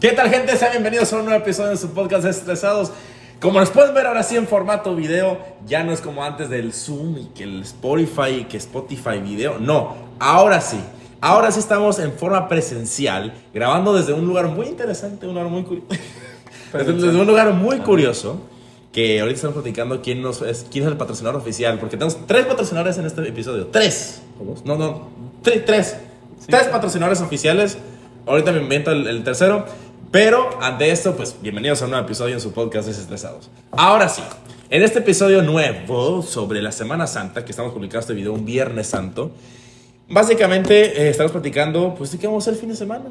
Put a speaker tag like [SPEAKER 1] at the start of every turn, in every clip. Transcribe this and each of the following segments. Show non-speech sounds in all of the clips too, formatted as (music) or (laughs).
[SPEAKER 1] ¿Qué tal gente? Sean bienvenidos a un nuevo episodio de su podcast Estresados. Como nos pueden ver ahora sí en formato video, ya no es como antes del Zoom y que el Spotify y que Spotify video. No, ahora sí. Ahora sí estamos en forma presencial, grabando desde un lugar muy interesante, un lugar muy curioso. (laughs) desde, desde un lugar muy curioso, que ahorita estamos platicando quién, nos es, quién es el patrocinador oficial, porque tenemos tres patrocinadores en este episodio. Tres. No, no, tre- tres. tres patrocinadores oficiales. Ahorita me invento el, el tercero. Pero ante esto, pues bienvenidos a un nuevo episodio en su podcast Desestresados. Ahora sí, en este episodio nuevo sobre la Semana Santa, que estamos publicando este video un Viernes Santo, básicamente eh, estamos platicando, pues, de qué vamos a hacer el fin de semana.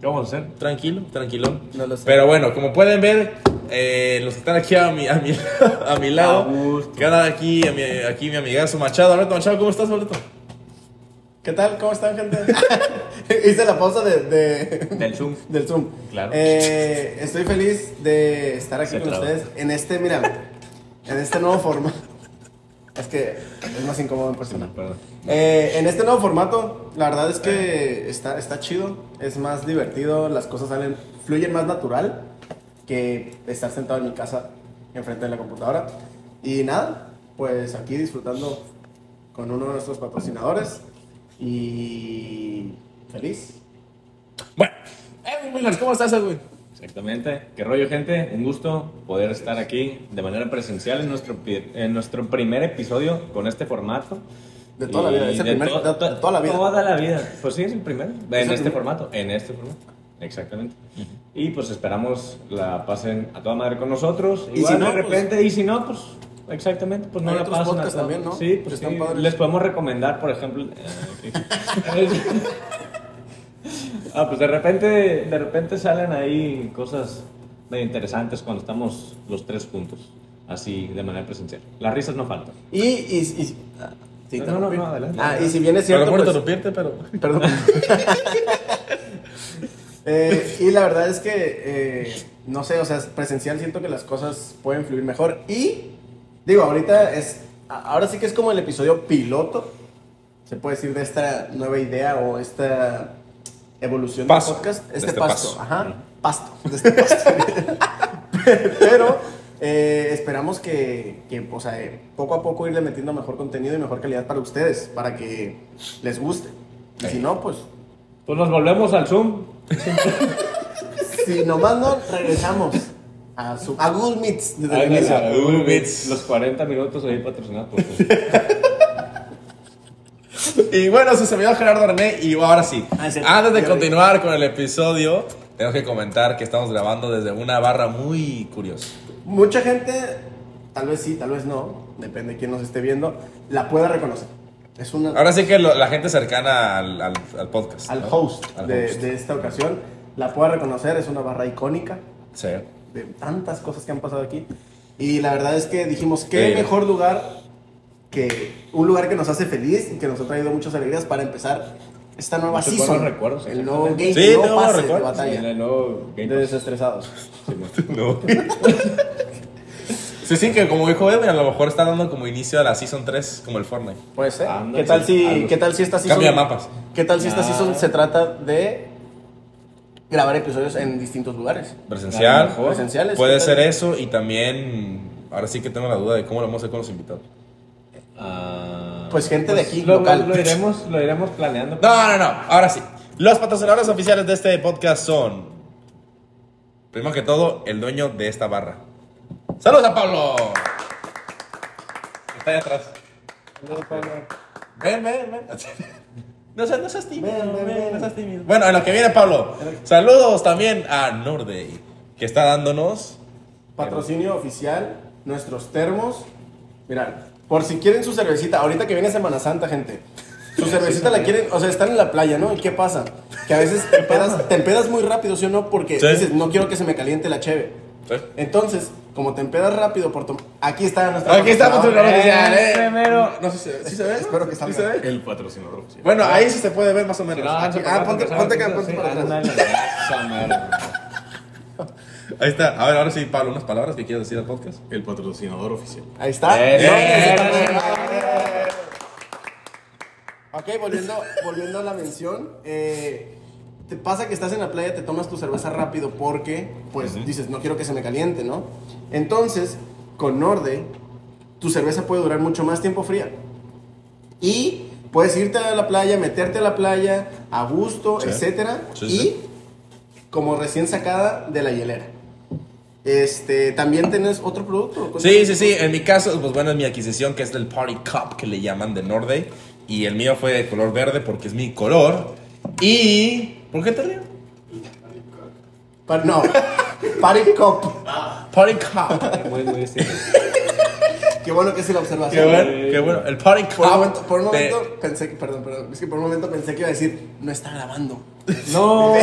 [SPEAKER 2] ¿Qué vamos a hacer?
[SPEAKER 1] Tranquilo, tranquilo.
[SPEAKER 3] No lo sé.
[SPEAKER 1] Pero bueno, como pueden ver, eh, los que están aquí a mi, a mi, (laughs) a mi lado,
[SPEAKER 2] gusto.
[SPEAKER 1] cada aquí, a mi, aquí mi amigazo Machado. Alberto Machado, ¿cómo estás, Alberto?
[SPEAKER 3] ¿Qué tal? ¿Cómo están, gente? (laughs) Hice la pausa de, de- (laughs)
[SPEAKER 2] Del Zoom.
[SPEAKER 3] del Zoom.
[SPEAKER 2] Claro.
[SPEAKER 3] Eh, estoy feliz de estar aquí
[SPEAKER 2] Se
[SPEAKER 3] con
[SPEAKER 2] traba.
[SPEAKER 3] ustedes en este, mira, en este nuevo formato. Es que es más incómodo en persona.
[SPEAKER 2] Perdón.
[SPEAKER 3] Eh, en este nuevo formato, la verdad es que está, está chido, es más divertido, las cosas salen, fluyen más natural que estar sentado en mi casa enfrente de la computadora. Y nada, pues aquí disfrutando con uno de nuestros patrocinadores y feliz.
[SPEAKER 1] Bueno, Edwin Williams, ¿cómo estás, Edwin?
[SPEAKER 2] Exactamente. ¿Qué rollo, gente? Un gusto poder estar aquí de manera presencial en nuestro, pi- en nuestro primer episodio con este formato.
[SPEAKER 3] De toda la vida,
[SPEAKER 2] Y
[SPEAKER 3] es el
[SPEAKER 2] de
[SPEAKER 3] primer,
[SPEAKER 2] to-
[SPEAKER 3] de- de toda la vida.
[SPEAKER 2] Toda la vida. Pues sí, es el primero.
[SPEAKER 3] el
[SPEAKER 2] En este
[SPEAKER 3] primero.
[SPEAKER 2] formato. En este formato. Exactamente. Y pues esperamos la pasen a toda madre con nosotros.
[SPEAKER 3] Y
[SPEAKER 2] Igual
[SPEAKER 3] si no,
[SPEAKER 2] de repente, y si no, pues exactamente, pues no
[SPEAKER 3] Hay
[SPEAKER 2] la
[SPEAKER 3] otros
[SPEAKER 2] pasen. a
[SPEAKER 3] podcasts
[SPEAKER 2] toda-
[SPEAKER 3] también, ¿no?
[SPEAKER 2] Sí,
[SPEAKER 3] Que
[SPEAKER 2] pues sí.
[SPEAKER 3] están padres.
[SPEAKER 2] Les podemos recomendar, por ejemplo. eh, (laughs) ah, pues de repente, de repente salen ahí cosas medio interesantes cuando estamos los tres juntos. Así de manera presencial. Las risas no faltan.
[SPEAKER 3] Y, y, y- ah, sí,
[SPEAKER 2] No, no,
[SPEAKER 3] te
[SPEAKER 2] no,
[SPEAKER 3] interrumpí.
[SPEAKER 2] no, adelante.
[SPEAKER 3] Ah, y si bien es
[SPEAKER 1] Perdón
[SPEAKER 3] cierto,
[SPEAKER 1] por
[SPEAKER 3] pues-
[SPEAKER 1] interrumpirte, pero...
[SPEAKER 3] Perdón. (laughs) Eh, y la verdad es que, eh, no sé, o sea, presencial siento que las cosas pueden fluir mejor. Y, digo, ahorita es, a- ahora sí que es como el episodio piloto, se puede decir, de esta nueva idea o esta evolución
[SPEAKER 1] Paso,
[SPEAKER 3] del podcast.
[SPEAKER 1] de
[SPEAKER 3] Este,
[SPEAKER 1] este
[SPEAKER 3] pasto,
[SPEAKER 1] paso.
[SPEAKER 3] ajá, pasto, (laughs) de este pasto. Pero eh, esperamos que, que, o sea, eh, poco a poco irle metiendo mejor contenido y mejor calidad para ustedes, para que les guste. Y si no, pues,
[SPEAKER 2] Pues nos volvemos al Zoom.
[SPEAKER 3] si nomás no, regresamos a, su, a Google Meets desde el
[SPEAKER 2] Ahí
[SPEAKER 3] inicio.
[SPEAKER 2] está,
[SPEAKER 1] Google Meets.
[SPEAKER 2] Los 40 minutos ahí patrocinados
[SPEAKER 3] (laughs)
[SPEAKER 2] por
[SPEAKER 1] Y bueno, su servidor Gerardo René. Y ahora sí,
[SPEAKER 3] Ah, sí.
[SPEAKER 1] antes de
[SPEAKER 3] Ya
[SPEAKER 1] continuar con el episodio, tengo que comentar que estamos grabando desde una barra muy curiosa.
[SPEAKER 3] Mucha gente, tal vez sí, tal vez no, depende de quién nos esté viendo, la pueda reconocer. Es una...
[SPEAKER 1] Ahora sí que lo- la gente cercana al, al- al podcast.
[SPEAKER 3] al
[SPEAKER 1] ¿no?
[SPEAKER 3] host,
[SPEAKER 1] Al
[SPEAKER 3] de,
[SPEAKER 1] host.
[SPEAKER 3] de esta ocasión. La pueda reconocer, es una barra icónica
[SPEAKER 1] Sí.
[SPEAKER 3] de tantas cosas que han pasado aquí. Y la verdad es que dijimos, qué
[SPEAKER 1] Sí.
[SPEAKER 3] mejor lugar que un lugar que nos hace feliz y que nos ha traído muchas alegrías para empezar esta nueva
[SPEAKER 2] Muchos
[SPEAKER 3] season.
[SPEAKER 2] buenos recuerdos,
[SPEAKER 3] el nuevo game,
[SPEAKER 1] Sí,
[SPEAKER 3] el nuevo
[SPEAKER 1] tengo buenos
[SPEAKER 3] pase de
[SPEAKER 1] recuerdos,
[SPEAKER 3] batalla.
[SPEAKER 2] el nuevo Game
[SPEAKER 3] de
[SPEAKER 2] Pass.
[SPEAKER 3] desestresados.
[SPEAKER 2] Simón.
[SPEAKER 1] No. sí, sí, que como dijo Edwin, a lo mejor está dando como inicio a la Season 3, como el Fortnite.
[SPEAKER 3] Puede ser.
[SPEAKER 2] Anda,
[SPEAKER 3] ¿Qué tal
[SPEAKER 2] sí,
[SPEAKER 3] si,
[SPEAKER 2] algo.
[SPEAKER 3] ¿qué tal si esta season...
[SPEAKER 1] Cambia mapas.
[SPEAKER 3] ¿Qué tal si esta
[SPEAKER 2] Ah.
[SPEAKER 3] season se trata de grabar episodios en distintos lugares?
[SPEAKER 2] A
[SPEAKER 1] Presencial.
[SPEAKER 2] lo mejor.
[SPEAKER 3] Presenciales.
[SPEAKER 1] Puede
[SPEAKER 3] ¿qué tal?
[SPEAKER 1] ser eso y también... Ahora sí que tengo la duda de cómo lo vamos a hacer con los invitados.
[SPEAKER 2] Ah,
[SPEAKER 3] Pues gente de aquí,
[SPEAKER 2] lo,
[SPEAKER 3] local.
[SPEAKER 2] Lo iremos, lo iremos planeando.
[SPEAKER 1] No, no, no. Ahora sí. Los patrocinadores oficiales de este podcast son. Primero que todo, el dueño de esta barra. ¡Saludos a Pablo! Está ahí atrás. Ven, ven, ven. No seas, no seas tímido,
[SPEAKER 3] Ven,
[SPEAKER 1] ven,
[SPEAKER 3] ven, ven.
[SPEAKER 1] no seas tímido. Bueno, en lo que viene, Pablo. Saludos también a Nordey, que está dándonos.
[SPEAKER 3] Patrocinio oficial, nuestros termos. Mirá, por si quieren su cervecita, ahorita que viene Semana Santa, gente. Su cervecita la quieren, o sea, están en la playa, ¿no? ¿Y qué pasa? Que a veces te empedas, te empedas muy rápido, ¿sí o no? Porque
[SPEAKER 1] Sí.
[SPEAKER 3] dices, no quiero que se me caliente la cheve.
[SPEAKER 1] ¿sí?
[SPEAKER 3] Entonces, como te empedas rápido por tomar... Aquí está nuestra
[SPEAKER 1] Aquí está patrocinador oficial,
[SPEAKER 2] eh,
[SPEAKER 1] eh.
[SPEAKER 2] primero.
[SPEAKER 1] No sé si se ve. ¿Sí se ve?
[SPEAKER 3] Espero que
[SPEAKER 1] ¿Sí
[SPEAKER 3] salga.
[SPEAKER 1] se ve?
[SPEAKER 2] El patrocinador oficial.
[SPEAKER 1] Bueno, ahí sí se puede ver más o menos. Aquí- ah, ponte, ponte acá, ponte para atrás. Ahí está. A ver, ahora sí, Pablo, unas palabras que quieras decir al podcast.
[SPEAKER 4] El patrocinador oficial.
[SPEAKER 3] Ahí está.
[SPEAKER 2] Eh,
[SPEAKER 3] No,
[SPEAKER 2] eh,
[SPEAKER 3] no, no,
[SPEAKER 2] eh,
[SPEAKER 3] no,
[SPEAKER 2] eh,
[SPEAKER 3] no, no. Ok, volviendo, volviendo a la mención, eh, te pasa que estás en la playa, te tomas tu cerveza rápido porque, pues,
[SPEAKER 2] Ujú.
[SPEAKER 3] dices, no quiero que se me caliente, ¿no? Entonces, con Norde, tu cerveza puede durar mucho más tiempo fría. Y puedes irte a la playa, meterte a la playa, a gusto,
[SPEAKER 1] Sí.
[SPEAKER 3] etcétera.
[SPEAKER 1] Sí,
[SPEAKER 3] y
[SPEAKER 1] sí.
[SPEAKER 3] como recién sacada de la hielera. Este, también tenés otro producto.
[SPEAKER 1] Sí, sí, sí. En mi caso, pues bueno, es mi adquisición que es del Party Cup que le llaman de Norde. Y el mío fue de color verde porque es mi color. Y. ¿Por qué te río?
[SPEAKER 3] Pa- no. Party Cup.
[SPEAKER 1] Party
[SPEAKER 3] (laughs)
[SPEAKER 1] Cup.
[SPEAKER 3] Ah,
[SPEAKER 2] Muy, muy distinto.
[SPEAKER 3] Qué bueno que es la observación.
[SPEAKER 1] qué bueno, qué bueno. El Party Cup.
[SPEAKER 3] Por un momento, por un
[SPEAKER 1] de-
[SPEAKER 3] momento pensé que, perdón, perdón, es que por un momento pensé que iba a decir, no está grabando.
[SPEAKER 2] (laughs) No.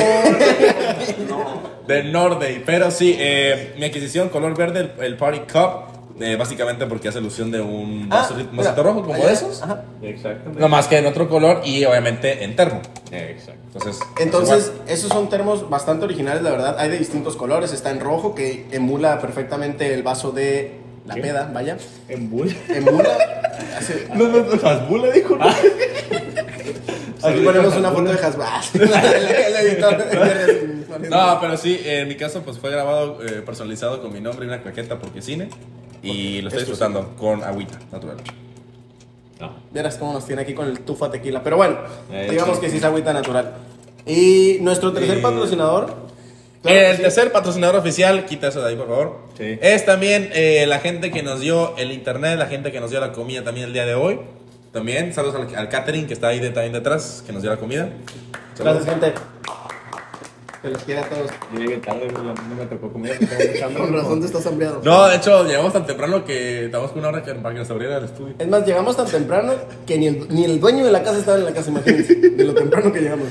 [SPEAKER 1] de Norday. Pero sí, eh, mi adquisición color verde, el, el Party Cup, eh, básicamente porque hace alusión de un
[SPEAKER 3] Ah,
[SPEAKER 1] vasito-
[SPEAKER 3] mira,
[SPEAKER 1] vasito rojo, como
[SPEAKER 3] allá,
[SPEAKER 1] de esos.
[SPEAKER 3] ajá.
[SPEAKER 2] Exactamente.
[SPEAKER 1] No más que en otro color y obviamente en termo.
[SPEAKER 2] Exacto.
[SPEAKER 1] Entonces,
[SPEAKER 3] Entonces,
[SPEAKER 1] igual.
[SPEAKER 3] esos son termos bastante originales, la verdad. Hay de distintos colores. Está en rojo, que emula perfectamente el vaso de la
[SPEAKER 2] ¿Qué?
[SPEAKER 3] peda, vaya.
[SPEAKER 2] En bull.
[SPEAKER 3] Emula. hace- Ah.
[SPEAKER 1] No, no, no, Hasbula dijo. ¿no?
[SPEAKER 3] Aquí ponemos una foto de (laughs) Hasbro. El
[SPEAKER 1] (laughs)
[SPEAKER 3] editor.
[SPEAKER 1] No, pero sí, eh, en mi caso pues fue grabado eh, personalizado con mi nombre y una claqueta porque cine y lo estoy
[SPEAKER 3] Esto
[SPEAKER 1] disfrutando con agüita natural.
[SPEAKER 2] No.
[SPEAKER 3] Verás cómo nos tiene aquí con el tufa tequila. Pero bueno,
[SPEAKER 2] Eh,
[SPEAKER 3] digamos
[SPEAKER 2] sí.
[SPEAKER 3] que sí es agüita natural. Y nuestro tercer
[SPEAKER 1] Y-
[SPEAKER 3] patrocinador. claro que
[SPEAKER 1] el
[SPEAKER 3] sí.
[SPEAKER 1] tercer patrocinador oficial, quita eso de ahí por favor,
[SPEAKER 2] Sí.
[SPEAKER 1] es también eh, la gente que nos dio el internet, la gente que nos dio la comida también el día de hoy. También saludos al, al catering que está ahí de- también detrás, que nos dio la comida. Saludos.
[SPEAKER 3] Gracias, gente. Se los quiere a todos.
[SPEAKER 2] Yo llegué tarde, no no me tocó comida.
[SPEAKER 3] (laughs)
[SPEAKER 2] porque tengo mucha hambre.
[SPEAKER 3] Con razón te estás hambriado.
[SPEAKER 1] No, de hecho, llegamos tan temprano que estamos con una hora que, para que nos abriera el estudio.
[SPEAKER 3] Es más, llegamos tan temprano que ni el, ni el dueño de la casa estaba en la casa, imagínense. De lo temprano que
[SPEAKER 1] (laughs)
[SPEAKER 3] llegamos.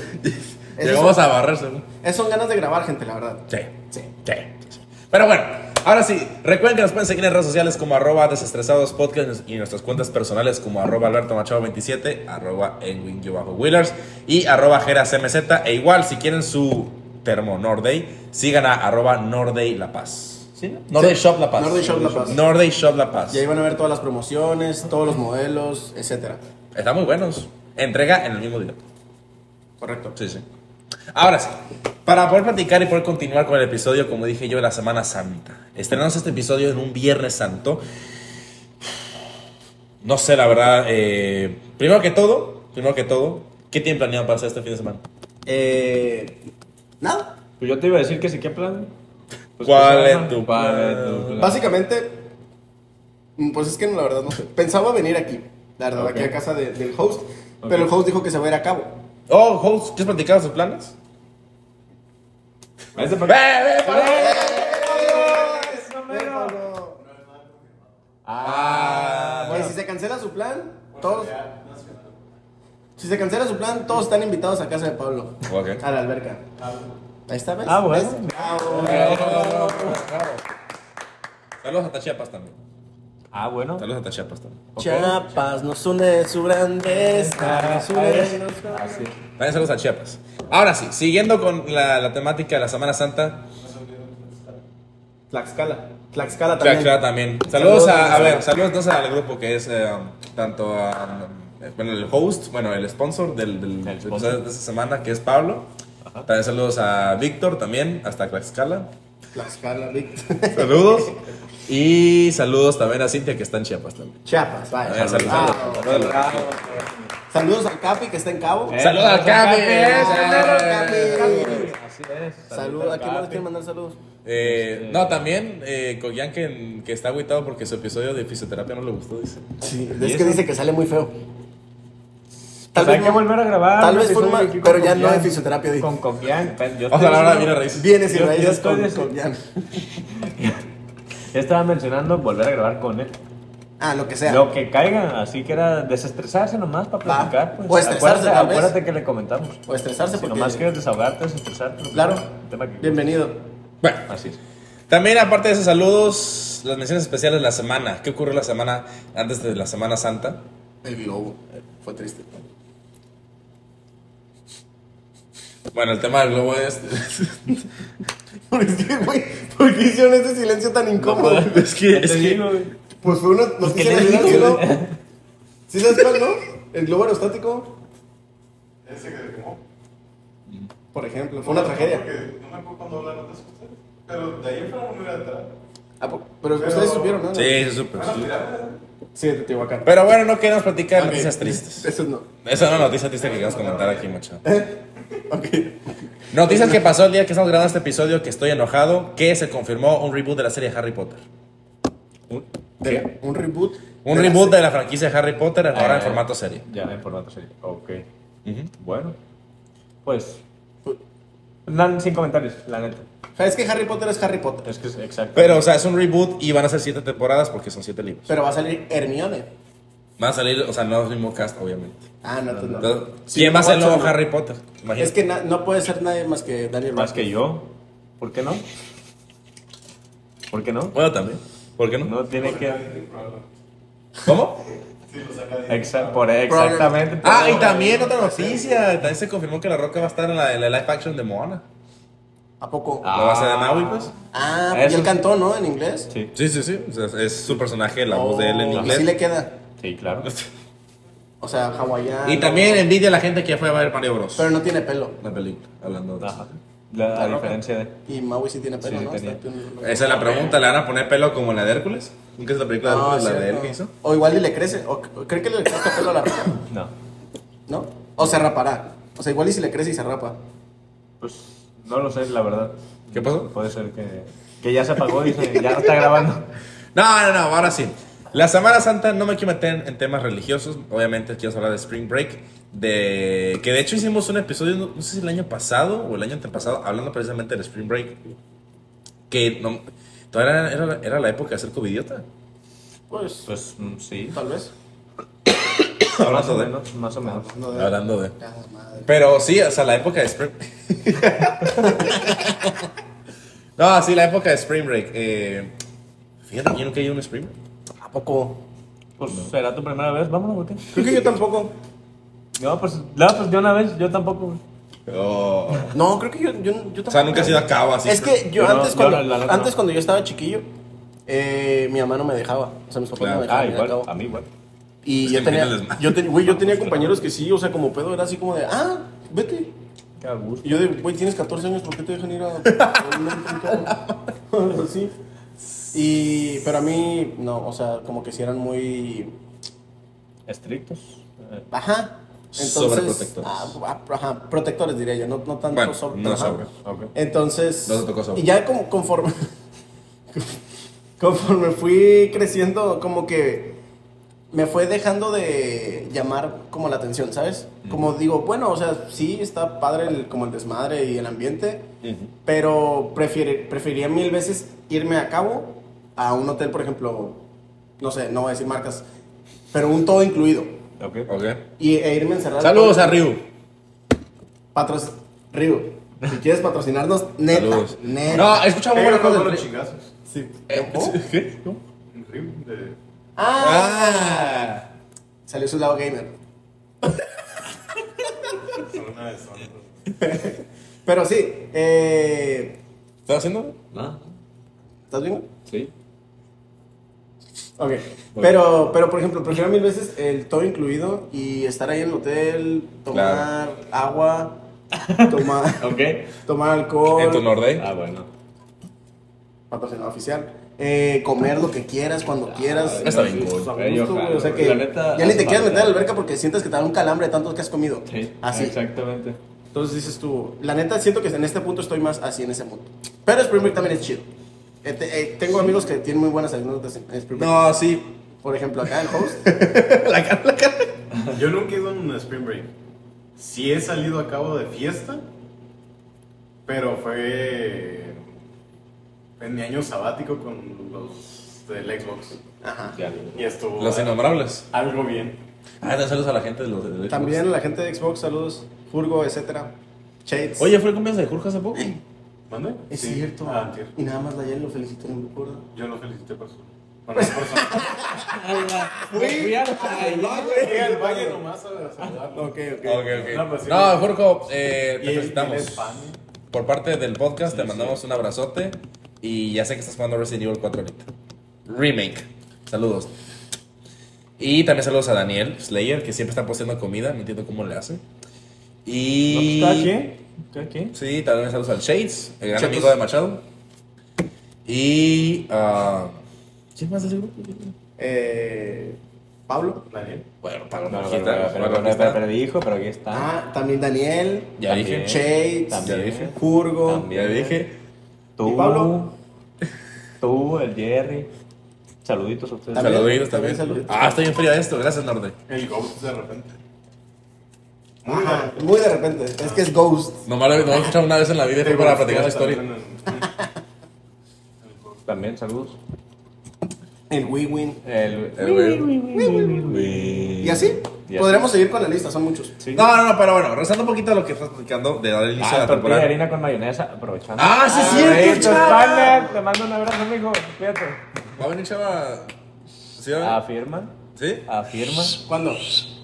[SPEAKER 3] Esas
[SPEAKER 1] Llegamos
[SPEAKER 3] son,
[SPEAKER 1] a barrer, según.
[SPEAKER 3] esas son ganas de grabar, gente, la verdad.
[SPEAKER 1] Sí.
[SPEAKER 3] Sí.
[SPEAKER 1] Sí. sí. Pero bueno, ahora sí, recuerden que nos pueden seguir en redes sociales como arroba desestresados podcast y nuestras cuentas personales como arroba alberto machado 27, arroba Edwin guión bajo Willers y arroba Geras MZ. E igual, si quieren su termo Norday, sigan a arroba Norday La Paz.
[SPEAKER 2] Sí, ¿no?
[SPEAKER 1] Norday
[SPEAKER 3] Sí.
[SPEAKER 1] Shop La Paz.
[SPEAKER 3] Norday Shop La Paz.
[SPEAKER 1] Norday Shop La Paz.
[SPEAKER 3] Y ahí van a ver todas las promociones, todos los modelos, etcétera.
[SPEAKER 1] Están muy buenos. Entrega en el mismo día.
[SPEAKER 3] Correcto.
[SPEAKER 1] Sí, sí. Ahora sí, para poder platicar y poder continuar con el episodio, como dije yo, de la Semana Santa. Estrenamos este episodio en un Viernes Santo. No sé, la verdad. eh, primero que todo, primero que todo, ¿qué tienen planeado para hacer este fin de semana?
[SPEAKER 3] Eh, nada.
[SPEAKER 2] Pues yo te iba a decir que sí, ¿qué plan? Pues,
[SPEAKER 1] ¿Cuál
[SPEAKER 2] pues,
[SPEAKER 1] es
[SPEAKER 2] ajá.
[SPEAKER 1] tu
[SPEAKER 2] ¿Cuál
[SPEAKER 1] plan?
[SPEAKER 2] es tu plan?
[SPEAKER 3] Básicamente, mm, pues es que no, la verdad no sé. Pensaba venir aquí, la verdad,
[SPEAKER 2] Ok.
[SPEAKER 3] aquí a casa de- del host.
[SPEAKER 2] Ok.
[SPEAKER 3] Pero el host dijo que se va a ir a cabo.
[SPEAKER 1] Oh, host, ¿quieres platicar sus planes?
[SPEAKER 2] Ese
[SPEAKER 1] ¡Ve,
[SPEAKER 2] plan-
[SPEAKER 1] ve,
[SPEAKER 2] ¡Eh!
[SPEAKER 1] para!
[SPEAKER 2] Ah,
[SPEAKER 3] Bueno,
[SPEAKER 2] bueno.
[SPEAKER 3] si se cancela su plan, todos. Si se cancela su plan, todos están invitados a casa de Pablo.
[SPEAKER 1] Ok.
[SPEAKER 3] A la alberca. Ahí está, ¿ves?
[SPEAKER 2] Ah, bueno.
[SPEAKER 3] ¿Ves? Bravo.
[SPEAKER 1] Bravo, bravo. Saludos a Chiapas también.
[SPEAKER 2] Ah, bueno.
[SPEAKER 1] Saludos a Chiapas también.
[SPEAKER 3] Chiapas nos une su grandeza. Nos une
[SPEAKER 2] Ah, sí.
[SPEAKER 1] Vayan saludos a Chiapas. Ahora sí, siguiendo con la, la temática de la Semana Santa,
[SPEAKER 3] Tlaxcala. Tlaxcala también.
[SPEAKER 1] Tlaxcala también. Saludos,
[SPEAKER 3] Saludos
[SPEAKER 1] a,
[SPEAKER 3] a
[SPEAKER 1] a ver,
[SPEAKER 3] Tlaxcala.
[SPEAKER 1] saludos entonces al grupo que es eh, tanto a, eh, bueno, el host, bueno, el sponsor del, del-
[SPEAKER 2] El
[SPEAKER 1] del
[SPEAKER 2] sponsor.
[SPEAKER 1] episodio de esta semana, que es Pablo. También saludos a Víctor también, hasta Tlaxcala.
[SPEAKER 2] (laughs)
[SPEAKER 3] Tlaxcala, Víctor.
[SPEAKER 1] Saludos. y saludos también a Cintia que está en Chiapas también.
[SPEAKER 3] Chiapas, vaya.
[SPEAKER 1] También saludos, saludos.
[SPEAKER 3] Bravo.
[SPEAKER 1] Ah, Saludos.
[SPEAKER 3] Saludos al Capi que está en Cabo.
[SPEAKER 2] Eh,
[SPEAKER 1] Saludos al Capi.
[SPEAKER 3] eh,
[SPEAKER 1] Capi.
[SPEAKER 2] Así es.
[SPEAKER 3] Saludos. ¿A quién más les quieren mandar saludos?
[SPEAKER 1] Eh, no, también eh, Koyan que, que está agüitado porque su episodio de fisioterapia no le gustó, dice.
[SPEAKER 3] Sí,
[SPEAKER 2] ¿Y
[SPEAKER 3] es que
[SPEAKER 2] eso?
[SPEAKER 3] dice que sale muy feo.
[SPEAKER 2] Tal vez Pues hay que
[SPEAKER 3] no-
[SPEAKER 2] volver a grabar.
[SPEAKER 3] Tal
[SPEAKER 2] un
[SPEAKER 3] vez fue un
[SPEAKER 2] episodio
[SPEAKER 3] mal,
[SPEAKER 2] aquí con
[SPEAKER 3] pero ya no
[SPEAKER 2] Cobian.
[SPEAKER 3] de fisioterapia. dijo.
[SPEAKER 2] Con Cobian. Pero yo
[SPEAKER 1] O sea,
[SPEAKER 2] estoy
[SPEAKER 1] la verdad,
[SPEAKER 2] diciendo-
[SPEAKER 1] mira, raíces.
[SPEAKER 3] Vienes y
[SPEAKER 2] Yo- yo
[SPEAKER 3] raíces
[SPEAKER 2] estoy
[SPEAKER 3] con,
[SPEAKER 2] des-
[SPEAKER 3] con Jan.
[SPEAKER 2] Yo estaba mencionando volver a grabar con él.
[SPEAKER 3] Ah, lo que sea.
[SPEAKER 2] Lo que caiga, así que era desestresarse nomás para
[SPEAKER 3] Va.
[SPEAKER 2] platicar. Pues.
[SPEAKER 3] O estresarse,
[SPEAKER 2] Acuérdate,
[SPEAKER 3] tal vez.
[SPEAKER 2] acuérdate que le comentamos.
[SPEAKER 3] O estresarse
[SPEAKER 2] Si
[SPEAKER 3] porque...
[SPEAKER 2] nomás quieres desahogarte, desestresarte. lo que
[SPEAKER 3] Claro.
[SPEAKER 2] sea, el tema que-
[SPEAKER 3] Bienvenido.
[SPEAKER 1] Bueno,
[SPEAKER 2] Así es.
[SPEAKER 1] También, aparte de esos saludos, las menciones especiales de la semana. ¿Qué ocurrió la semana antes de la Semana Santa?
[SPEAKER 3] El globo. Fue triste. (laughs)
[SPEAKER 1] Bueno, el tema del globo es. (laughs)
[SPEAKER 3] Es que, este güey, ¿por qué hicieron ese silencio tan incómodo?
[SPEAKER 1] es que.
[SPEAKER 2] Ya
[SPEAKER 1] Es
[SPEAKER 2] te
[SPEAKER 1] que
[SPEAKER 2] digo, güey.
[SPEAKER 3] Pues fue uno... Los que
[SPEAKER 2] ¿Qué
[SPEAKER 3] se
[SPEAKER 2] les
[SPEAKER 3] le
[SPEAKER 2] digo?
[SPEAKER 3] ¿no? ¿Sí sabes cuál, no? El globo aerostático. por ejemplo. Fue una tragedia.
[SPEAKER 4] Porque no me acuerdo cuando hablaron de eso ustedes. Pero de ahí en fuera no iba a entrar.
[SPEAKER 3] Ah, po- pero ustedes supieron, ¿no?
[SPEAKER 1] Sí, eso es súper.
[SPEAKER 4] Van a tirar.
[SPEAKER 3] Sí, de Teotihuacán.
[SPEAKER 1] Pero bueno, no queremos platicar
[SPEAKER 3] Ok.
[SPEAKER 1] noticias tristes.
[SPEAKER 3] Eso no.
[SPEAKER 1] Esa es una noticia triste que queremos comentar aquí, mucho.
[SPEAKER 3] (laughs) Ok.
[SPEAKER 1] Noticias que pasó el día que estamos grabando este episodio, que estoy enojado, que se confirmó un reboot de la serie Harry Potter.
[SPEAKER 3] De- un reboot.
[SPEAKER 1] Un
[SPEAKER 3] de la
[SPEAKER 1] reboot
[SPEAKER 3] se-
[SPEAKER 1] de la franquicia Harry Potter ahora
[SPEAKER 2] Ah,
[SPEAKER 1] en formato serie.
[SPEAKER 2] Ya, en formato serie. Ok.
[SPEAKER 1] Ujú.
[SPEAKER 2] Bueno, pues. Nan, sin comentarios, la neta.
[SPEAKER 3] O sea, Es que Harry Potter es Harry Potter.
[SPEAKER 2] Es que es exacto.
[SPEAKER 1] Pero, o sea, es un reboot y van a ser siete temporadas porque son siete libros.
[SPEAKER 3] Pero va a salir Hermione.
[SPEAKER 1] Van a salir, o sea, no es el mismo cast, obviamente.
[SPEAKER 3] Ah, no, tú no.
[SPEAKER 1] Entonces,
[SPEAKER 3] Sí,
[SPEAKER 1] ¿Quién va a ser el
[SPEAKER 3] Watson,
[SPEAKER 1] nuevo
[SPEAKER 3] no.
[SPEAKER 1] Harry Potter?
[SPEAKER 3] Es
[SPEAKER 1] Imagínate.
[SPEAKER 3] que na- no puede ser nadie más que Daniel
[SPEAKER 2] Más
[SPEAKER 3] Radcliffe.
[SPEAKER 2] que yo. ¿Por qué no? ¿Por qué no?
[SPEAKER 1] Bueno, también. ¿Por qué no?
[SPEAKER 2] No tiene que.
[SPEAKER 1] ¿Cómo?
[SPEAKER 4] Sí, lo saca de
[SPEAKER 2] Exa- por- exactamente.
[SPEAKER 1] Ah, y
[SPEAKER 2] por-
[SPEAKER 1] también otra noticia. También se confirmó que La Roca va a estar en la, en la live action de Moana.
[SPEAKER 3] ¿A poco?
[SPEAKER 2] Ah.
[SPEAKER 1] ¿La va a hacer de Maui, pues?
[SPEAKER 3] Ah,
[SPEAKER 2] Eso
[SPEAKER 3] y él
[SPEAKER 2] es-
[SPEAKER 3] cantó, ¿no? En inglés.
[SPEAKER 2] Sí,
[SPEAKER 1] Sí, sí, sí. O sea, es su personaje, la voz
[SPEAKER 3] Oh,
[SPEAKER 1] de él en
[SPEAKER 3] y
[SPEAKER 1] inglés.
[SPEAKER 3] Sí le queda.
[SPEAKER 2] sí, claro.
[SPEAKER 3] O sea, hawaiano.
[SPEAKER 1] Y también envidia a la gente que ya fue a ver Mario Bros.
[SPEAKER 3] Pero no tiene pelo.
[SPEAKER 1] La película, hablando de
[SPEAKER 2] Ajá.
[SPEAKER 1] eso.
[SPEAKER 2] La,
[SPEAKER 3] La roca.
[SPEAKER 2] diferencia de.
[SPEAKER 3] Y Maui sí tiene pelo,
[SPEAKER 2] Sí, sí
[SPEAKER 3] ¿no?
[SPEAKER 2] tenía.
[SPEAKER 3] Está- tiene-
[SPEAKER 1] Esa es la pregunta, ¿le van a poner pelo como la de Hércules? ¿Nunca es la película de
[SPEAKER 3] No,
[SPEAKER 1] Hércules, la de
[SPEAKER 3] Ah, cierto.
[SPEAKER 1] él que hizo?
[SPEAKER 3] O igual y le crece. O o cree que le crece pelo
[SPEAKER 1] (coughs)
[SPEAKER 3] a la roca,
[SPEAKER 2] No.
[SPEAKER 3] ¿no? O se rapará. O sea, igual y si le crece y se rapa.
[SPEAKER 2] Pues no lo sé, la verdad.
[SPEAKER 1] ¿Qué pasó?
[SPEAKER 2] Puede ser que, que ya se apagó y se- ya no está grabando.
[SPEAKER 1] No, no, no, ahora sí. La Semana Santa no me quiero meter en, en temas religiosos. Obviamente quiero hablar de Spring Break. De, que de hecho hicimos un episodio, no, no sé si el año pasado o el año antepasado, hablando precisamente del Spring Break. Que no- todavía era, era- era la época de ser covidiota.
[SPEAKER 3] Pues,
[SPEAKER 2] Pues mm, sí.
[SPEAKER 3] tal vez.
[SPEAKER 2] Más o
[SPEAKER 1] hablando, de,
[SPEAKER 2] menos, más o menos.
[SPEAKER 3] No de-
[SPEAKER 1] hablando de.
[SPEAKER 3] Ah, madre.
[SPEAKER 1] Pero sí, o sea, la época de Spring. (laughs) no, sí, la época de Spring Break. Eh, fíjate, yo nunca he ido a un Spring Break.
[SPEAKER 3] ¿A poco?
[SPEAKER 2] Pues será tu primera vez, vámonos, ¿por qué?
[SPEAKER 3] Creo que yo tampoco.
[SPEAKER 2] No, pues, no, pues de una vez, yo tampoco. güey.
[SPEAKER 1] Oh.
[SPEAKER 3] No, creo que yo, yo, yo tampoco.
[SPEAKER 1] O sea, nunca has ido a cabo así.
[SPEAKER 3] Es que
[SPEAKER 2] Yo
[SPEAKER 3] yo
[SPEAKER 2] no,
[SPEAKER 3] antes,
[SPEAKER 2] yo
[SPEAKER 3] cuando,
[SPEAKER 2] la- la neta
[SPEAKER 3] antes
[SPEAKER 2] no.
[SPEAKER 3] cuando yo estaba chiquillo, eh, mi mamá no me dejaba. O sea, mis papás
[SPEAKER 1] Claro.
[SPEAKER 3] no me dejaban
[SPEAKER 2] Ah,
[SPEAKER 3] ir a
[SPEAKER 2] igual,
[SPEAKER 3] cabo.
[SPEAKER 2] a mí igual.
[SPEAKER 3] Y
[SPEAKER 1] Es
[SPEAKER 3] yo
[SPEAKER 1] que
[SPEAKER 3] tenía,
[SPEAKER 1] meten desmadre.
[SPEAKER 3] yo, ten- güey,
[SPEAKER 2] (laughs)
[SPEAKER 3] yo tenía compañeros que sí, o sea, como pedo era así como de, ah, vete.
[SPEAKER 2] Qué gusto.
[SPEAKER 3] Y yo de, güey, tienes 14 años, ¿por qué te dejan ir a... a (laughs) un
[SPEAKER 2] (laughs)
[SPEAKER 3] antro?" Así. Y, pero a mí, no, o sea, como que si eran muy...
[SPEAKER 2] Estrictos. eh,
[SPEAKER 3] Ajá. Entonces,
[SPEAKER 1] Sobreprotectores.
[SPEAKER 3] ah, ajá, protectores diría yo, no, no tanto
[SPEAKER 1] Bueno,
[SPEAKER 3] sobre-
[SPEAKER 1] no
[SPEAKER 3] ajá.
[SPEAKER 1] sobre.
[SPEAKER 2] ok.
[SPEAKER 3] Entonces,
[SPEAKER 1] No te tocó sobre.
[SPEAKER 3] y ya como, conforme, (laughs) conforme fui creciendo, como que me fue dejando de llamar como la atención, ¿sabes? Como digo, bueno, o sea, sí está padre el, como el desmadre y el ambiente, pero prefiere- preferiría mil veces irme a cabo a un hotel, por ejemplo, no sé, no voy a decir marcas, pero un todo incluido.
[SPEAKER 2] Ok.
[SPEAKER 1] Ok.
[SPEAKER 3] Y, e irme a encerrar.
[SPEAKER 1] Saludos a Ryu.
[SPEAKER 3] Patros- Río, si quieres patrocinarnos, neta,
[SPEAKER 1] Saludos.
[SPEAKER 3] neta.
[SPEAKER 1] No, escuchamos buenas
[SPEAKER 4] Pero
[SPEAKER 1] cosas.
[SPEAKER 4] no con
[SPEAKER 1] del
[SPEAKER 4] los
[SPEAKER 1] Ryu.
[SPEAKER 4] chingazos.
[SPEAKER 3] Sí.
[SPEAKER 1] Eh,
[SPEAKER 3] ¿Oh?
[SPEAKER 1] ¿Qué? ¿Cómo?
[SPEAKER 4] En Río, de.
[SPEAKER 3] Ah.
[SPEAKER 1] Ah.
[SPEAKER 3] Salió su lado gamer.
[SPEAKER 4] son una de son.
[SPEAKER 3] Pero sí, eh,
[SPEAKER 1] ¿Estás haciendo?
[SPEAKER 2] Ah,
[SPEAKER 3] ¿estás bien?
[SPEAKER 2] sí.
[SPEAKER 3] Ok. Pero, pero, por ejemplo, prefiero mil veces el todo incluido y estar ahí en el hotel, tomar agua, tomar,
[SPEAKER 1] (laughs)
[SPEAKER 2] Ok.
[SPEAKER 3] tomar alcohol,
[SPEAKER 1] En tu Nordey.
[SPEAKER 2] Ah, bueno.
[SPEAKER 3] patrocinado oficial, eh, comer lo que quieras, cuando quieras.
[SPEAKER 1] Está bien
[SPEAKER 3] A
[SPEAKER 1] cool.
[SPEAKER 3] gusto,
[SPEAKER 2] Eh, yo
[SPEAKER 3] güey,
[SPEAKER 2] jalo,
[SPEAKER 3] o sea
[SPEAKER 2] güey.
[SPEAKER 3] que
[SPEAKER 2] La neta,
[SPEAKER 3] ya ni te
[SPEAKER 2] hace
[SPEAKER 3] quieres meter
[SPEAKER 2] falta.
[SPEAKER 3] a la alberca porque sientes que te da un calambre de tanto que has comido.
[SPEAKER 2] Sí.
[SPEAKER 3] Así.
[SPEAKER 2] Exactamente.
[SPEAKER 3] Entonces dices tú, la neta siento que en este punto estoy más así en ese mundo. Pero Spring Break también es chido. Eh, te- eh, tengo amigos que tienen muy buenas anécdotas en Spring Break.
[SPEAKER 1] No, sí.
[SPEAKER 3] Por ejemplo, acá el host.
[SPEAKER 1] (laughs) La cara, la cara.
[SPEAKER 4] Yo nunca he ido a un spring break. Sí he salido a cabo de fiesta, pero fue en mi año sabático con los del Xbox.
[SPEAKER 3] Ajá.
[SPEAKER 2] Ya.
[SPEAKER 4] Y estuvo
[SPEAKER 1] Los innombrables.
[SPEAKER 4] algo bien.
[SPEAKER 1] Ah, no, saludos a la gente de los de los-
[SPEAKER 3] También la gente de Xbox, saludos, Furgo, etcétera. Shades.
[SPEAKER 1] Oye, ¿fue el cumpleaños de Jorge hace poco?
[SPEAKER 4] ¿Mande?
[SPEAKER 3] es
[SPEAKER 4] Sí,
[SPEAKER 3] cierto.
[SPEAKER 4] ah, antier.
[SPEAKER 3] y nada más la Yen lo felicito en el grupo. ¿verdad?
[SPEAKER 4] Yo lo felicité por su. Bueno, por su. Fui al valle nomás a saludarlo.
[SPEAKER 3] Ok, ok.
[SPEAKER 1] Ok, ok.
[SPEAKER 4] No, pues sí.
[SPEAKER 1] No, Jorge, eh,
[SPEAKER 4] Y
[SPEAKER 1] te
[SPEAKER 4] él- él es
[SPEAKER 1] felicitamos.
[SPEAKER 4] fan.
[SPEAKER 1] Por parte del podcast, te mandamos un abrazote. Y ya sé que estás jugando Resident Evil 4 ahorita. Remake. Saludos. Y también saludos a Daniel Slayer, que siempre está posteando comida. No entiendo cómo le hace. Y.
[SPEAKER 2] ¿No está aquí? ¿Qué? ¿Quién?
[SPEAKER 1] Sí, también saludos al Shades, el gran
[SPEAKER 3] Chetos.
[SPEAKER 1] amigo de Machado. Y. ah, ¿Quién más de ese grupo?
[SPEAKER 3] Eh, Pablo.
[SPEAKER 4] Daniel.
[SPEAKER 1] Bueno, para la
[SPEAKER 2] No, no, no, no, pero, pero, pero, pero dijo, pero aquí está.
[SPEAKER 3] Ah, también Daniel.
[SPEAKER 1] Ya
[SPEAKER 2] También.
[SPEAKER 1] dije.
[SPEAKER 3] Shades.
[SPEAKER 1] Ya dije.
[SPEAKER 3] Jurgo.
[SPEAKER 1] Ya
[SPEAKER 2] También.
[SPEAKER 1] dije.
[SPEAKER 2] Tú,
[SPEAKER 3] ¿Y Pablo?
[SPEAKER 2] tú, el Jerry. Saluditos a ustedes.
[SPEAKER 3] También.
[SPEAKER 1] Saluditos también.
[SPEAKER 3] también saluditos.
[SPEAKER 1] Ah, está bien frío esto. Gracias, Norte.
[SPEAKER 4] El Ghost de repente. Muy
[SPEAKER 3] Ajá, muy de repente. Es que es Ghost.
[SPEAKER 1] Nomás lo nomás lo he escuchado una vez en la vida y fue para platicar la historia.
[SPEAKER 2] También saludos.
[SPEAKER 3] El Win.
[SPEAKER 2] El,
[SPEAKER 1] El güey.
[SPEAKER 3] Y así. Podríamos
[SPEAKER 2] Ah,
[SPEAKER 3] seguir con la lista, son muchos.
[SPEAKER 2] seguir.
[SPEAKER 1] No, no, no, pero bueno, rezando un poquito a lo que estás platicando de dar inicio a
[SPEAKER 2] Ah,
[SPEAKER 1] la
[SPEAKER 2] tortilla de
[SPEAKER 1] temporada.
[SPEAKER 2] harina con mayonesa, aprovechando.
[SPEAKER 1] Ah, sí, es cierto,
[SPEAKER 2] Besos,
[SPEAKER 1] chava.
[SPEAKER 2] partner. Te mando un abrazo, amigo. Cuídate.
[SPEAKER 1] ¿Va a venir Chava? ¿Sí? va?
[SPEAKER 2] Afirma,
[SPEAKER 1] ¿Sí?
[SPEAKER 2] afirma.
[SPEAKER 3] ¿Cuándo?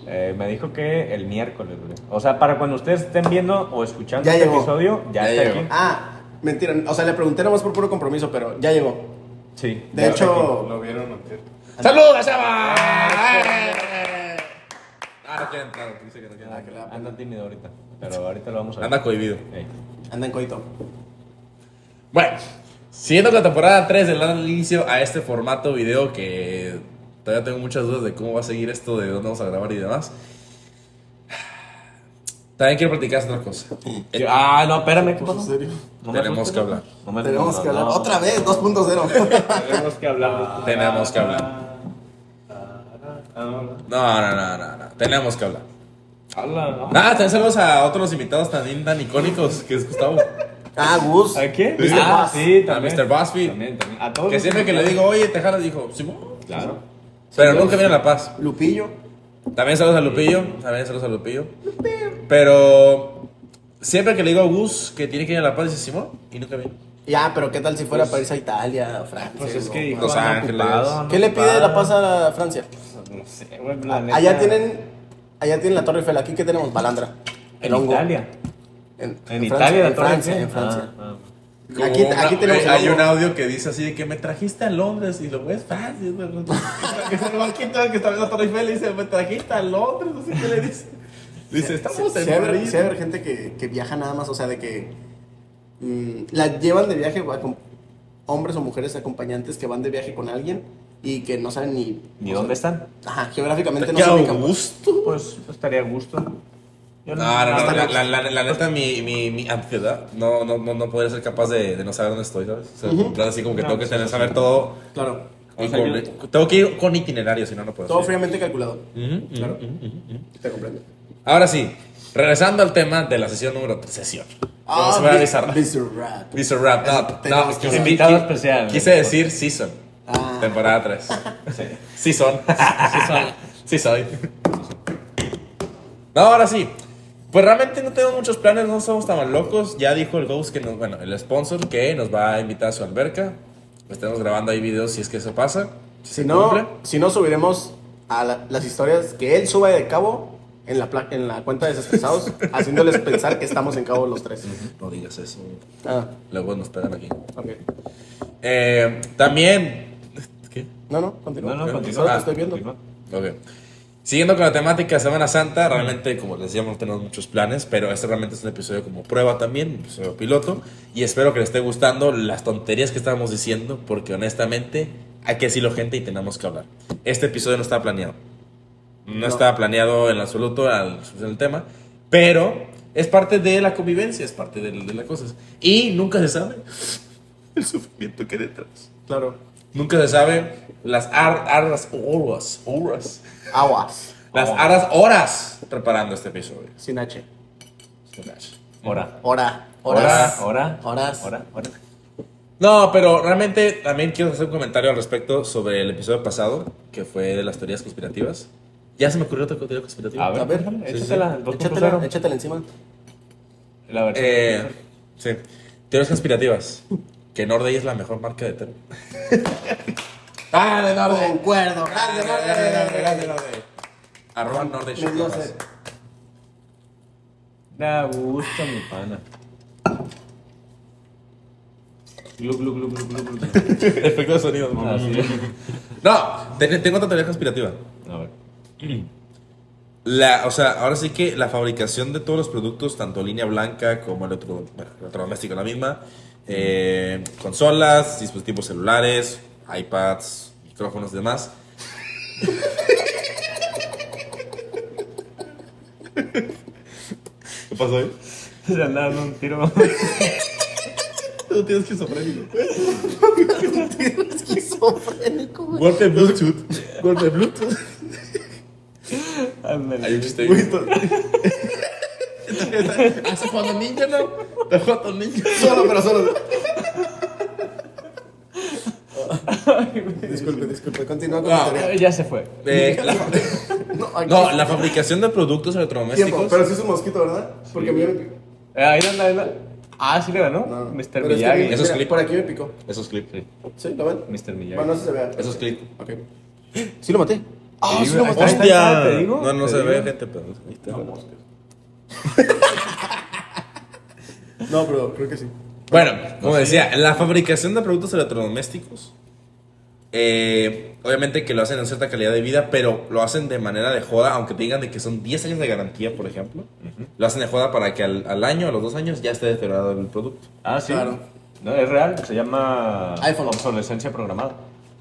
[SPEAKER 2] Eh, me dijo que el miércoles, güey. O sea, para cuando ustedes estén viendo o escuchando
[SPEAKER 3] Ya
[SPEAKER 2] este
[SPEAKER 3] llegó.
[SPEAKER 2] episodio, ya,
[SPEAKER 1] Ya
[SPEAKER 2] está
[SPEAKER 1] llegó.
[SPEAKER 2] aquí.
[SPEAKER 3] Ah, mentira. O sea, le pregunté nomás por puro compromiso, pero ya llegó.
[SPEAKER 2] Sí.
[SPEAKER 3] De hecho,
[SPEAKER 4] Lo vieron antier.
[SPEAKER 1] ¡Saludos, a Chava! Ah, no quieren, claro, dice que no quieren.
[SPEAKER 3] Ah, que la-
[SPEAKER 2] Anda tímido ahorita, pero ahorita lo vamos a ver.
[SPEAKER 1] Anda cohibido.
[SPEAKER 2] Ey.
[SPEAKER 3] anda en coito.
[SPEAKER 1] Bueno, siguiendo con la temporada 3 del dando inicio a este formato video que todavía tengo muchas dudas de cómo va a seguir esto, de dónde vamos a grabar y demás. También quiero platicar otra cosa.
[SPEAKER 2] Yo- ah, no, espérame. ¿qué
[SPEAKER 3] ¿En
[SPEAKER 2] pasó?
[SPEAKER 3] serio?
[SPEAKER 2] No me
[SPEAKER 1] Tenemos
[SPEAKER 2] asustes,
[SPEAKER 1] que hablar.
[SPEAKER 2] No me
[SPEAKER 3] Tenemos
[SPEAKER 2] no,
[SPEAKER 3] que hablar
[SPEAKER 2] no.
[SPEAKER 3] otra vez, 2.0.
[SPEAKER 2] Tenemos que hablar.
[SPEAKER 1] Tenemos que hablar. No, no, no, no, no. Tenemos que hablar.
[SPEAKER 2] Habla.
[SPEAKER 1] Nada, también saludos a otros invitados tan, tan icónicos que es Gustavo.
[SPEAKER 3] (laughs) Ah, Gus.
[SPEAKER 2] ¿A qué?
[SPEAKER 1] Mr.
[SPEAKER 2] Ah,
[SPEAKER 3] Buzz.
[SPEAKER 2] sí, también.
[SPEAKER 1] A Mr. BuzzFeed.
[SPEAKER 2] También, también. A todos.
[SPEAKER 1] Que
[SPEAKER 2] los
[SPEAKER 1] siempre que le digo,
[SPEAKER 2] invitados.
[SPEAKER 1] oye, Tejada, dijo, ¿sí? mo?".
[SPEAKER 2] Claro.
[SPEAKER 1] Pero nunca viene a La Paz.
[SPEAKER 3] Lupillo.
[SPEAKER 1] También saludos a Lupillo. También saludos a Lupillo. Pero siempre que le digo a Gus que tiene que ir a La Paz, dice Simón y nunca viene.
[SPEAKER 3] Ya, pero ¿qué tal si fuera para irse a Italia, Francia?
[SPEAKER 2] Pues es que
[SPEAKER 3] Europa?
[SPEAKER 1] Los
[SPEAKER 2] anda
[SPEAKER 1] Ángeles.
[SPEAKER 2] ocupado,
[SPEAKER 3] ¿Qué le
[SPEAKER 2] anda
[SPEAKER 3] pide la
[SPEAKER 2] ocupado.
[SPEAKER 3] paz a Francia?
[SPEAKER 2] No sé, güey. la neta.
[SPEAKER 3] Ah, Allá tienen, allá tienen la Torre Eiffel. Aquí que tenemos Balandra. El
[SPEAKER 2] En
[SPEAKER 3] hongo.
[SPEAKER 2] Italia.
[SPEAKER 3] En,
[SPEAKER 2] En
[SPEAKER 3] en
[SPEAKER 2] Italia, la Torre
[SPEAKER 3] Francia,
[SPEAKER 2] Eiffel.
[SPEAKER 3] en Francia,
[SPEAKER 2] Ah,
[SPEAKER 1] Como
[SPEAKER 3] Aquí-
[SPEAKER 1] una-
[SPEAKER 3] aquí tenemos
[SPEAKER 1] hay,
[SPEAKER 3] el
[SPEAKER 1] hay
[SPEAKER 3] logo.
[SPEAKER 1] un audio que dice así de que me trajiste a Londres y lo ves fácil. ¿no? (laughs) Que es el banquito que está viendo Torre Eiffel y dice, me trajiste a Londres, no sé qué le dice. Dice, estamos
[SPEAKER 3] Sí,
[SPEAKER 1] en
[SPEAKER 3] sí, hay-
[SPEAKER 1] París.
[SPEAKER 3] sí hay gente que, que viaja nada más, o sea, de que mm, la llevan de viaje, va con hombres o mujeres acompañantes que van de viaje con alguien y que no saben ni...
[SPEAKER 2] ah. ¿Ni
[SPEAKER 3] o sea,
[SPEAKER 2] dónde están?
[SPEAKER 3] Ajá, geográficamente no
[SPEAKER 1] Qué
[SPEAKER 3] se
[SPEAKER 1] a
[SPEAKER 3] ubican. pues.
[SPEAKER 1] gusto.
[SPEAKER 2] Pues pues, estaría a gusto. Yo
[SPEAKER 1] No, no, no,
[SPEAKER 2] hasta
[SPEAKER 1] la,
[SPEAKER 2] los-
[SPEAKER 1] la, la, la neta, mi, mi, mi ansiedad, no, no, no, no podría ser capaz de, de no saber dónde estoy, ¿sabes? O sea, en plan así como que
[SPEAKER 2] No,
[SPEAKER 1] tengo que
[SPEAKER 2] sí,
[SPEAKER 1] tener,
[SPEAKER 2] sí,
[SPEAKER 1] saber todo,
[SPEAKER 3] Claro,
[SPEAKER 1] y
[SPEAKER 2] O sea,
[SPEAKER 1] con- tengo que ir con itinerario, si no, no puedo.
[SPEAKER 3] todo
[SPEAKER 1] sí.
[SPEAKER 3] fríamente calculado.
[SPEAKER 1] Ujú, ujú,
[SPEAKER 3] Claro.
[SPEAKER 1] ujú, ujú.
[SPEAKER 3] Te comprendo.
[SPEAKER 1] Ahora sí, regresando al tema de la sesión número 3, sesión.
[SPEAKER 3] Ah,
[SPEAKER 1] Vamos a ver a Bizarrap.
[SPEAKER 3] Bizarrap.
[SPEAKER 1] Bizarrap, no, no,
[SPEAKER 3] Tenemos que
[SPEAKER 1] quise-
[SPEAKER 2] invitado
[SPEAKER 1] qui-
[SPEAKER 2] especial.
[SPEAKER 1] Quise decir season,
[SPEAKER 3] Ah.
[SPEAKER 1] temporada 3. Sí son. (laughs) Sí son. Sí soy. No, ahora sí. Pues realmente no tengo muchos planes, no somos tan locos. Ya dijo el Ghost que nos, bueno, el sponsor que nos va a invitar a su alberca. Estamos grabando ahí videos si es que eso pasa.
[SPEAKER 3] Si
[SPEAKER 1] se
[SPEAKER 3] no,
[SPEAKER 1] cumple.
[SPEAKER 3] si no subiremos a la- las historias que él suba de cabo en la, pla- en la cuenta de desestresados, haciéndoles pensar que estamos en cabo los tres.
[SPEAKER 1] No digas eso.
[SPEAKER 3] Ah,
[SPEAKER 1] Luego nos pegan aquí.
[SPEAKER 3] ok.
[SPEAKER 1] Eh, también. ¿Qué?
[SPEAKER 3] No, no, continúa.
[SPEAKER 2] No, no,
[SPEAKER 3] Solo
[SPEAKER 2] continúa. Ah,
[SPEAKER 3] te estoy viendo.
[SPEAKER 2] Continúa.
[SPEAKER 1] Ok. Siguiendo con la temática de Semana Santa, realmente, como les decíamos, no tenemos muchos planes, pero este realmente es un episodio como prueba también, un episodio piloto, y espero que les esté gustando las tonterías que estábamos diciendo, porque honestamente hay que decirlo gente y tenemos que hablar. Este episodio no estaba planeado. No,
[SPEAKER 3] No.
[SPEAKER 1] estaba planeado en absoluto al, en el tema, pero es parte de la convivencia, es parte del- de, las cosas. Y nunca se sabe el sufrimiento que hay detrás.
[SPEAKER 3] Claro.
[SPEAKER 1] Nunca se sabe las ar- arras, horas, horas.
[SPEAKER 3] Aguas.
[SPEAKER 1] Las
[SPEAKER 2] Oh.
[SPEAKER 1] aras horas preparando este episodio.
[SPEAKER 3] Sin H.
[SPEAKER 2] Hora.
[SPEAKER 3] Hora.
[SPEAKER 2] Hora.
[SPEAKER 3] Horas.
[SPEAKER 2] Hora.
[SPEAKER 3] Horas.
[SPEAKER 2] Hora. Hora.
[SPEAKER 1] No, pero realmente también quiero hacer un comentario al respecto sobre el episodio pasado, que fue de las teorías conspirativas. Ya se me ocurrió otra teoría conspirativa.
[SPEAKER 2] A ver,
[SPEAKER 3] A ver,
[SPEAKER 2] déjame,
[SPEAKER 1] sí, sí.
[SPEAKER 2] échatela. el 2.0.
[SPEAKER 3] Échatela, échatela encima.
[SPEAKER 2] La versión.
[SPEAKER 1] Eh, sí, teorías conspirativas. Que Norday es la mejor marca de
[SPEAKER 2] (laughs)
[SPEAKER 1] termo. ¡Dale,
[SPEAKER 2] Oh.
[SPEAKER 3] Concuerdo.
[SPEAKER 1] Grande, grande,
[SPEAKER 3] Grande,
[SPEAKER 1] grande, grande,
[SPEAKER 3] grande.
[SPEAKER 1] Norday. Arroba Norday
[SPEAKER 3] Me dio sed.
[SPEAKER 1] Show.
[SPEAKER 2] Da gusto, mi pana. Glu, glu, glu, glu, glu, glu.
[SPEAKER 1] (laughs) Efecto de sonido.
[SPEAKER 2] Así.
[SPEAKER 1] No, ten- tengo otra teoría conspirativa.
[SPEAKER 2] A ver.
[SPEAKER 1] La, o sea, ahora sí que la fabricación de todos los productos, tanto línea blanca como el otro, bueno, electrodoméstico, la misma, eh, consolas, dispositivos celulares, iPads, micrófonos y demás. ¿Qué pasó ahí?
[SPEAKER 2] (laughs) Se andaba dando un (laughs) tiro.
[SPEAKER 3] Tú tienes esquizofrénico.
[SPEAKER 1] (laughs)
[SPEAKER 3] Tú tienes esquizofrénico, güey.
[SPEAKER 1] Golpe Bluetooth. Golpe Bluetooth.
[SPEAKER 2] Ándale.
[SPEAKER 1] Hay un chiste
[SPEAKER 3] Güey,
[SPEAKER 1] ahí.
[SPEAKER 3] tú-
[SPEAKER 1] ¿Has jugado ninja, no? ¿Te has jugado ninja?
[SPEAKER 3] Solo, pero solo. Disculpe, disculpe, continúa con
[SPEAKER 1] Ah.
[SPEAKER 3] la tarea.
[SPEAKER 2] Ya se fue.
[SPEAKER 1] Eh, la-
[SPEAKER 3] No, aquí-
[SPEAKER 1] no, la fabricación de productos
[SPEAKER 3] tiempo,
[SPEAKER 1] electrodomésticos.
[SPEAKER 3] pero sí es un mosquito, ¿verdad? Porque a mí me picó.
[SPEAKER 2] Eh, ahí anda, ahí anda. Ah, sí le ganó.
[SPEAKER 3] No,
[SPEAKER 2] Mr.
[SPEAKER 3] pero es que
[SPEAKER 2] Miyagi.
[SPEAKER 3] mira,
[SPEAKER 1] Eso es clip.
[SPEAKER 3] Por aquí me picó.
[SPEAKER 1] Esos clips, sí.
[SPEAKER 3] ¿Sí? ¿Lo ven?
[SPEAKER 2] Mr. Miyagi.
[SPEAKER 3] Bueno, no sé si se vea.
[SPEAKER 1] Esos clips.
[SPEAKER 3] Ok. Sí lo maté. Ah,
[SPEAKER 2] Sí,
[SPEAKER 3] sí, lo
[SPEAKER 2] güey,
[SPEAKER 3] maté.
[SPEAKER 2] Pues, ahí está.
[SPEAKER 1] Hostia.
[SPEAKER 2] te digo,
[SPEAKER 1] No, no
[SPEAKER 2] te
[SPEAKER 1] se
[SPEAKER 2] digo.
[SPEAKER 1] ve, gente, pero. ahí está.
[SPEAKER 3] No, pero creo que sí.
[SPEAKER 1] Bueno, como decía, la fabricación de productos electrodomésticos, eh, obviamente que lo hacen en cierta calidad de vida, pero lo hacen de manera de joda, aunque te digan de que son 10 años de garantía, por ejemplo, lo hacen de joda para que al, al año, a los dos años, ya esté deteriorado el producto.
[SPEAKER 2] Ah, sí.
[SPEAKER 3] Claro.
[SPEAKER 2] No, es real. Se llama
[SPEAKER 3] iPhone.
[SPEAKER 2] obsolescencia programada.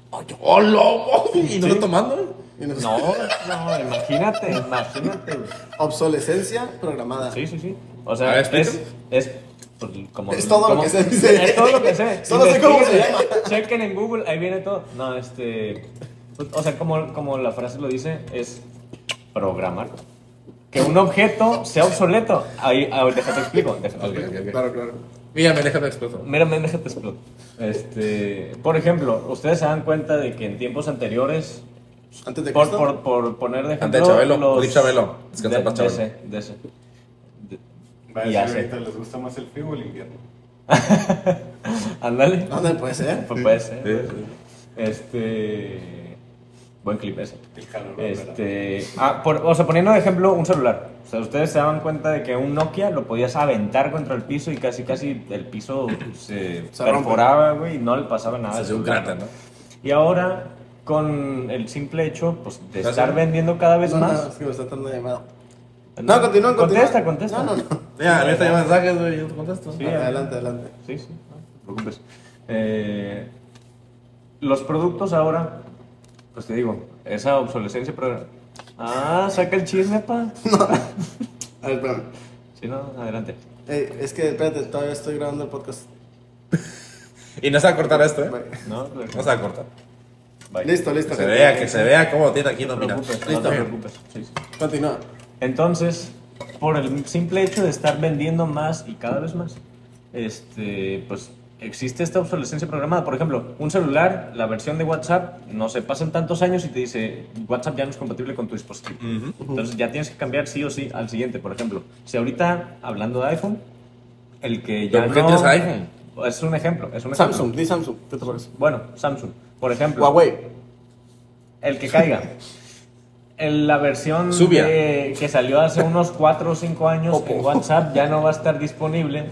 [SPEAKER 1] ¡Oh, lobo! ¿Y no
[SPEAKER 2] Sí.
[SPEAKER 1] lo tomando? ¿eh?
[SPEAKER 3] Y nos-
[SPEAKER 2] No, no, imagínate, imagínate. güey.
[SPEAKER 3] Obsolescencia programada.
[SPEAKER 2] Sí, sí, sí. O
[SPEAKER 1] A
[SPEAKER 2] sea,
[SPEAKER 1] ver,
[SPEAKER 2] es,
[SPEAKER 1] explica.
[SPEAKER 2] es pues, como.
[SPEAKER 3] Es todo lo
[SPEAKER 2] como-
[SPEAKER 3] que se dice.
[SPEAKER 2] Es todo lo que sé.
[SPEAKER 3] (laughs) Solo sé cómo se
[SPEAKER 2] Investíguenle.
[SPEAKER 3] llama.
[SPEAKER 2] Chequen en Google, ahí viene todo. No, este. O sea, como, como la frase lo dice, es programar. Que un objeto sea obsoleto. Ahí, ah, déjate explico. Déjate explico.
[SPEAKER 3] Claro, claro.
[SPEAKER 1] Mira, me déjame expuesto.
[SPEAKER 2] Mira, men, déjate explotar. Este, por ejemplo, ustedes se dan cuenta de que en tiempos anteriores,
[SPEAKER 3] Antes de
[SPEAKER 2] por,
[SPEAKER 3] Cristo.
[SPEAKER 2] por, por poner de
[SPEAKER 1] Ante
[SPEAKER 2] ejemplo,
[SPEAKER 1] Chabelo,
[SPEAKER 2] los-
[SPEAKER 1] Felipe Chabelo. Descansa
[SPEAKER 2] de-
[SPEAKER 1] para Chabelo.
[SPEAKER 2] de ese, de ese.
[SPEAKER 4] Va a
[SPEAKER 2] Ya
[SPEAKER 4] decir
[SPEAKER 2] sé.
[SPEAKER 4] ahorita les gusta más el frío o el invierno.
[SPEAKER 2] Ándale.
[SPEAKER 3] ¿Dónde puede ser?
[SPEAKER 2] Pues puede ser, puede ser. Este. Buen clip ese.
[SPEAKER 4] El calor. ¿verdad?
[SPEAKER 2] Este. Ah, por- o sea, poniendo de ejemplo un celular. O sea, ustedes se daban cuenta de que un Nokia lo podías aventar contra el piso y casi, casi el piso se,
[SPEAKER 3] Se rompe.
[SPEAKER 2] perforaba, güey, y no le pasaba nada.
[SPEAKER 1] Se
[SPEAKER 2] al
[SPEAKER 1] hace Ah, un
[SPEAKER 2] celular.
[SPEAKER 1] cráter, ¿no?
[SPEAKER 2] Y ahora, con el simple hecho pues, de
[SPEAKER 1] Gracias.
[SPEAKER 2] estar vendiendo cada vez
[SPEAKER 3] No, no,
[SPEAKER 2] más.
[SPEAKER 3] es que me está tratando de llamada. No, continúen, continúen.
[SPEAKER 2] Contesta, contesta.
[SPEAKER 3] No, no, no. Ah,
[SPEAKER 1] Mira, ahorita hay mensajes, güey, yo te contesto.
[SPEAKER 2] Sí.
[SPEAKER 3] Adelante, adelante.
[SPEAKER 2] Sí, sí, no te preocupes. Eh, los productos ahora, pues te digo, esa obsolescencia. Pero... Ah, saca el chisme, pa.
[SPEAKER 3] A ver, espérame.
[SPEAKER 2] Sí, no, adelante.
[SPEAKER 3] Eh, es que, espérate, todavía estoy grabando el podcast.
[SPEAKER 1] Y no se va a cortar esto, ¿eh?
[SPEAKER 3] Bye.
[SPEAKER 2] No, pues, no,
[SPEAKER 1] No se va a cortar.
[SPEAKER 2] vaya.
[SPEAKER 3] Listo,
[SPEAKER 1] Que
[SPEAKER 3] listo.
[SPEAKER 1] se
[SPEAKER 3] gente.
[SPEAKER 1] vea, que se vea cómo tiene aquí, no,
[SPEAKER 2] No te
[SPEAKER 1] mira.
[SPEAKER 2] preocupes, no
[SPEAKER 1] Listo.
[SPEAKER 2] te preocupes. Sí, sí.
[SPEAKER 3] Continúa.
[SPEAKER 2] Entonces, por el simple hecho de estar vendiendo más y cada vez más, este, pues existe esta obsolescencia programada. Por ejemplo, un celular, la versión de WhatsApp, no se pasan tantos años y te dice, WhatsApp ya no es compatible con tu dispositivo.
[SPEAKER 1] Ujú.
[SPEAKER 2] Entonces ya tienes que cambiar sí o sí al siguiente. Por ejemplo, si ahorita, hablando de iPhone, el que ya
[SPEAKER 1] ¿Pero por qué
[SPEAKER 2] no...
[SPEAKER 1] tienes iPhone?
[SPEAKER 2] Es un ejemplo, es un ejemplo.
[SPEAKER 3] Samsung, di Samsung. ¿Qué te parece?
[SPEAKER 2] Bueno, Samsung, por ejemplo.
[SPEAKER 3] Huawei.
[SPEAKER 2] El que caiga. El- la versión
[SPEAKER 1] Subia.
[SPEAKER 2] de- que salió hace unos 4 o 5 años en
[SPEAKER 3] Oppo.
[SPEAKER 2] WhatsApp ya no va a estar disponible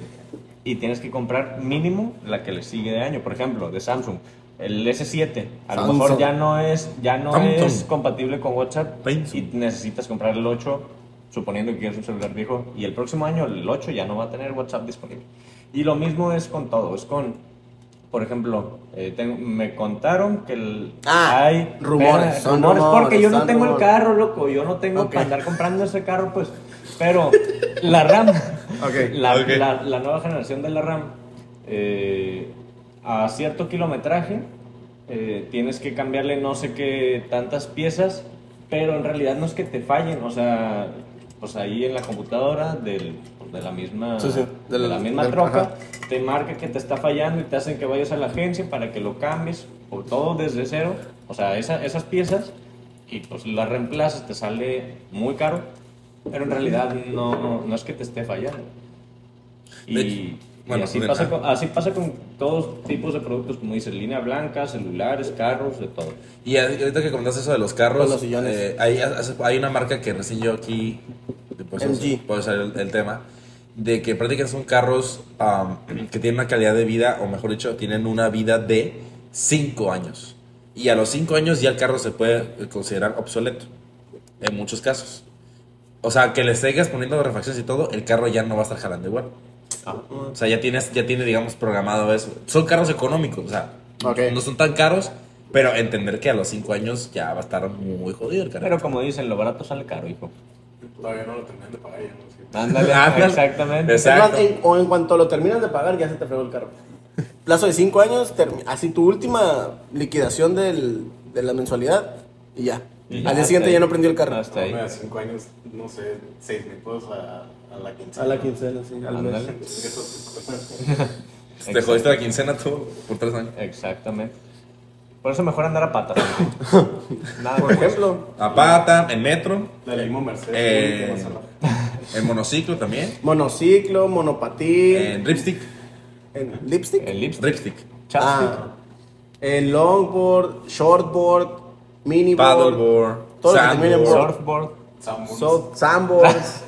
[SPEAKER 2] y tienes que comprar mínimo la que le sigue de año. Por ejemplo, de Samsung. El S7, a lo
[SPEAKER 3] Samsung.
[SPEAKER 2] mejor ya no es, ya no
[SPEAKER 1] Samsung.
[SPEAKER 2] es compatible con WhatsApp
[SPEAKER 1] Samsung.
[SPEAKER 2] y necesitas comprar el 8, suponiendo que quieres un celular viejo, y el próximo año el 8 ya no va a tener WhatsApp disponible. Y lo mismo es con todo, es con, por ejemplo, eh, tengo- me contaron que el,
[SPEAKER 3] Ah,
[SPEAKER 2] hay
[SPEAKER 3] rumores,
[SPEAKER 2] espera,
[SPEAKER 3] son
[SPEAKER 2] rumores,
[SPEAKER 3] rumores,
[SPEAKER 2] porque yo no
[SPEAKER 3] son
[SPEAKER 2] tengo el
[SPEAKER 3] rumores.
[SPEAKER 2] carro, loco, yo no tengo
[SPEAKER 3] Ok.
[SPEAKER 2] para andar comprando ese carro, pues, pero la RAM,
[SPEAKER 3] Ok,
[SPEAKER 2] la,
[SPEAKER 1] ok.
[SPEAKER 2] la- la nueva generación de la RAM, eh, a cierto kilometraje eh, tienes que cambiarle no sé qué tantas piezas, pero en realidad no es que te fallen, o sea, pues ahí en la computadora del, de la misma,
[SPEAKER 3] Sí, sí,
[SPEAKER 2] de
[SPEAKER 3] del-
[SPEAKER 2] la misma
[SPEAKER 3] del-
[SPEAKER 2] troca
[SPEAKER 3] ajá.
[SPEAKER 2] te marca que te está fallando y te hacen que vayas a la agencia para que lo cambies o todo desde cero, o sea, esa- esas piezas y pues las reemplazas, te sale muy caro, pero en realidad no, no, no es que te esté fallando. Y,
[SPEAKER 1] De hecho,
[SPEAKER 2] y
[SPEAKER 1] bueno,
[SPEAKER 2] así,
[SPEAKER 1] de-
[SPEAKER 2] pasa
[SPEAKER 1] ah.
[SPEAKER 2] con, así pasa con todos tipos de productos, como dices, línea blanca, celulares, carros, de todo.
[SPEAKER 1] Y a- y ahorita que comentaste eso de los carros,
[SPEAKER 3] Con los sillones.
[SPEAKER 1] eh, hay, hace- hay una marca que recién yo aquí, pues,
[SPEAKER 3] MG.
[SPEAKER 1] puede ser el, el tema, de que prácticamente son carros um, que tienen una calidad de vida, o mejor dicho, tienen una vida de 5 años. Y a los 5 años ya el carro se puede considerar obsoleto, en muchos casos. O sea, que le sigas poniendo refacciones y todo, el carro ya no va a estar jalando igual. O sea, ya tienes, ya tiene, digamos, programado eso. Son carros económicos, o sea,
[SPEAKER 3] Ok.
[SPEAKER 1] no son tan caros, pero entender que a los 5 años ya va a estar muy jodido el carro.
[SPEAKER 2] Pero como dicen, lo barato sale caro, hijo.
[SPEAKER 4] Todavía no lo terminan de pagar. Ya no sé.
[SPEAKER 1] Ah,
[SPEAKER 2] Ándale,
[SPEAKER 1] Ándale.
[SPEAKER 2] exactamente.
[SPEAKER 1] Es- Exacto.
[SPEAKER 3] Es más, en- o en cuanto lo terminas de pagar, ya se te fregó el
[SPEAKER 2] (laughs)
[SPEAKER 3] carro. Plazo de 5 años, termi- así tu última liquidación del- de la mensualidad y ya.
[SPEAKER 2] Y
[SPEAKER 3] Al
[SPEAKER 2] hasta
[SPEAKER 3] día siguiente
[SPEAKER 2] ahí.
[SPEAKER 3] ya no prendió el carro.
[SPEAKER 2] Hasta ahí.
[SPEAKER 4] Una de 5 años, no sé, 6 mil pesos a, a la quincena.
[SPEAKER 3] A la quincena, sí, al mes.
[SPEAKER 2] Ándale.
[SPEAKER 4] Eso-
[SPEAKER 1] Te jodiste la quincena tú por 3 años.
[SPEAKER 2] Exactamente. Por eso mejor andar a
[SPEAKER 3] (laughs)
[SPEAKER 2] patas. Nada
[SPEAKER 3] Ah, Por
[SPEAKER 2] más.
[SPEAKER 3] ejemplo,
[SPEAKER 1] A pata, en metro,
[SPEAKER 4] La limo Mercedes.
[SPEAKER 1] Eh,
[SPEAKER 4] ¿qué más habla?
[SPEAKER 1] en monociclo también,
[SPEAKER 3] monociclo, monopatín,
[SPEAKER 1] en ripstick,
[SPEAKER 3] en lipstick,
[SPEAKER 2] El lipstick.
[SPEAKER 1] ripstick,
[SPEAKER 2] Chapstick.
[SPEAKER 3] ah, en longboard, shortboard, miniboard,
[SPEAKER 1] paddleboard,
[SPEAKER 3] todo lo que termine en
[SPEAKER 1] sandboard.
[SPEAKER 3] board.
[SPEAKER 2] Surfboard.
[SPEAKER 4] Sanborns.
[SPEAKER 3] so-
[SPEAKER 2] (laughs)
[SPEAKER 3] sandboards.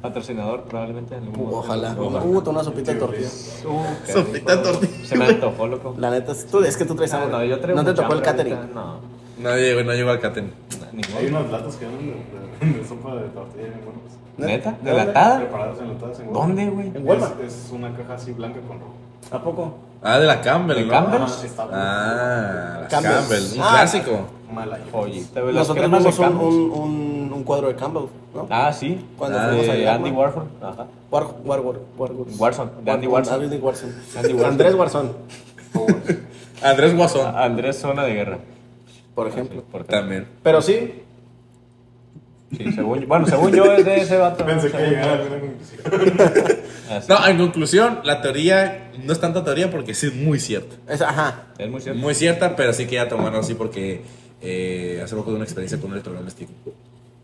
[SPEAKER 2] Patrocinador, probablemente. en algún momento.
[SPEAKER 3] Ojalá.
[SPEAKER 1] Ojalá.
[SPEAKER 3] Uh, una sopita de tortilla.
[SPEAKER 2] Uh, qué
[SPEAKER 1] Sopita
[SPEAKER 2] rico.
[SPEAKER 1] tortilla.
[SPEAKER 2] Se me antojó, loco.
[SPEAKER 3] La neta, es, tú, es que tú traes
[SPEAKER 2] Ah,
[SPEAKER 3] hambre.
[SPEAKER 2] no, yo traigo
[SPEAKER 3] te
[SPEAKER 2] mucha
[SPEAKER 3] tocó el
[SPEAKER 2] hambre
[SPEAKER 3] catering.
[SPEAKER 2] ahorita, No,
[SPEAKER 1] Nadie, güey, no llegó al Caten.
[SPEAKER 2] ni
[SPEAKER 4] Hay
[SPEAKER 2] modo.
[SPEAKER 4] unos latas que dan de, de- de sopa de tortilla pues. bien buenos.
[SPEAKER 2] ¿Neta?
[SPEAKER 3] ¿Dónde?
[SPEAKER 2] ¿Delatada?
[SPEAKER 4] Preparadas enlatadas en
[SPEAKER 2] ¿Dónde, güey?
[SPEAKER 3] ¿En
[SPEAKER 4] Walmart.
[SPEAKER 3] Walmart?
[SPEAKER 4] Es, es una caja así blanca con rojo.
[SPEAKER 3] ¿A poco?
[SPEAKER 1] Ah, de la Campbell,
[SPEAKER 2] ¿De
[SPEAKER 1] ¿no?
[SPEAKER 2] Campbell?
[SPEAKER 4] Ah, está bueno.
[SPEAKER 1] Ah, la
[SPEAKER 3] Campbell.
[SPEAKER 1] Campbell, un
[SPEAKER 3] Ah.
[SPEAKER 1] clásico.
[SPEAKER 4] Mala yo.
[SPEAKER 2] Joyita, güey, las
[SPEAKER 3] Nosotros
[SPEAKER 2] cremas de
[SPEAKER 3] vimos un,
[SPEAKER 2] Campbell's.
[SPEAKER 3] un, un, un cuadro de Campbell, ¿no?
[SPEAKER 2] Ah, sí.
[SPEAKER 3] Cuando
[SPEAKER 2] Ah,
[SPEAKER 3] fuimos
[SPEAKER 2] de
[SPEAKER 3] allá,
[SPEAKER 2] Andy
[SPEAKER 3] ¿no?
[SPEAKER 2] Warhol. Ajá.
[SPEAKER 3] War, War, War, War, Wars.
[SPEAKER 2] Warzone, de Andy Warzone.
[SPEAKER 3] Andy Warzone.
[SPEAKER 2] Andy Warzone.
[SPEAKER 3] Andrés Warzone,
[SPEAKER 1] Andrés Guasón,
[SPEAKER 2] A- Ah, Andrés Zona de Guerra.
[SPEAKER 3] por
[SPEAKER 2] Sí,
[SPEAKER 3] ejemplo.
[SPEAKER 2] por-
[SPEAKER 1] también.
[SPEAKER 3] Pero sí,
[SPEAKER 2] sí, según yo- bueno, según yo es de ese vato.
[SPEAKER 4] Pensé que
[SPEAKER 2] Según
[SPEAKER 4] llegara a
[SPEAKER 2] yo. Ah,
[SPEAKER 4] alguna conclusión.
[SPEAKER 2] Así.
[SPEAKER 1] No, en conclusión, la teoría no es tanta teoría porque sí es muy cierta.
[SPEAKER 3] es, ajá.
[SPEAKER 2] Es muy cierto.
[SPEAKER 1] Muy cierta, pero sí que ya tomaron así porque eh, hace poco de una experiencia con un electrodoméstico.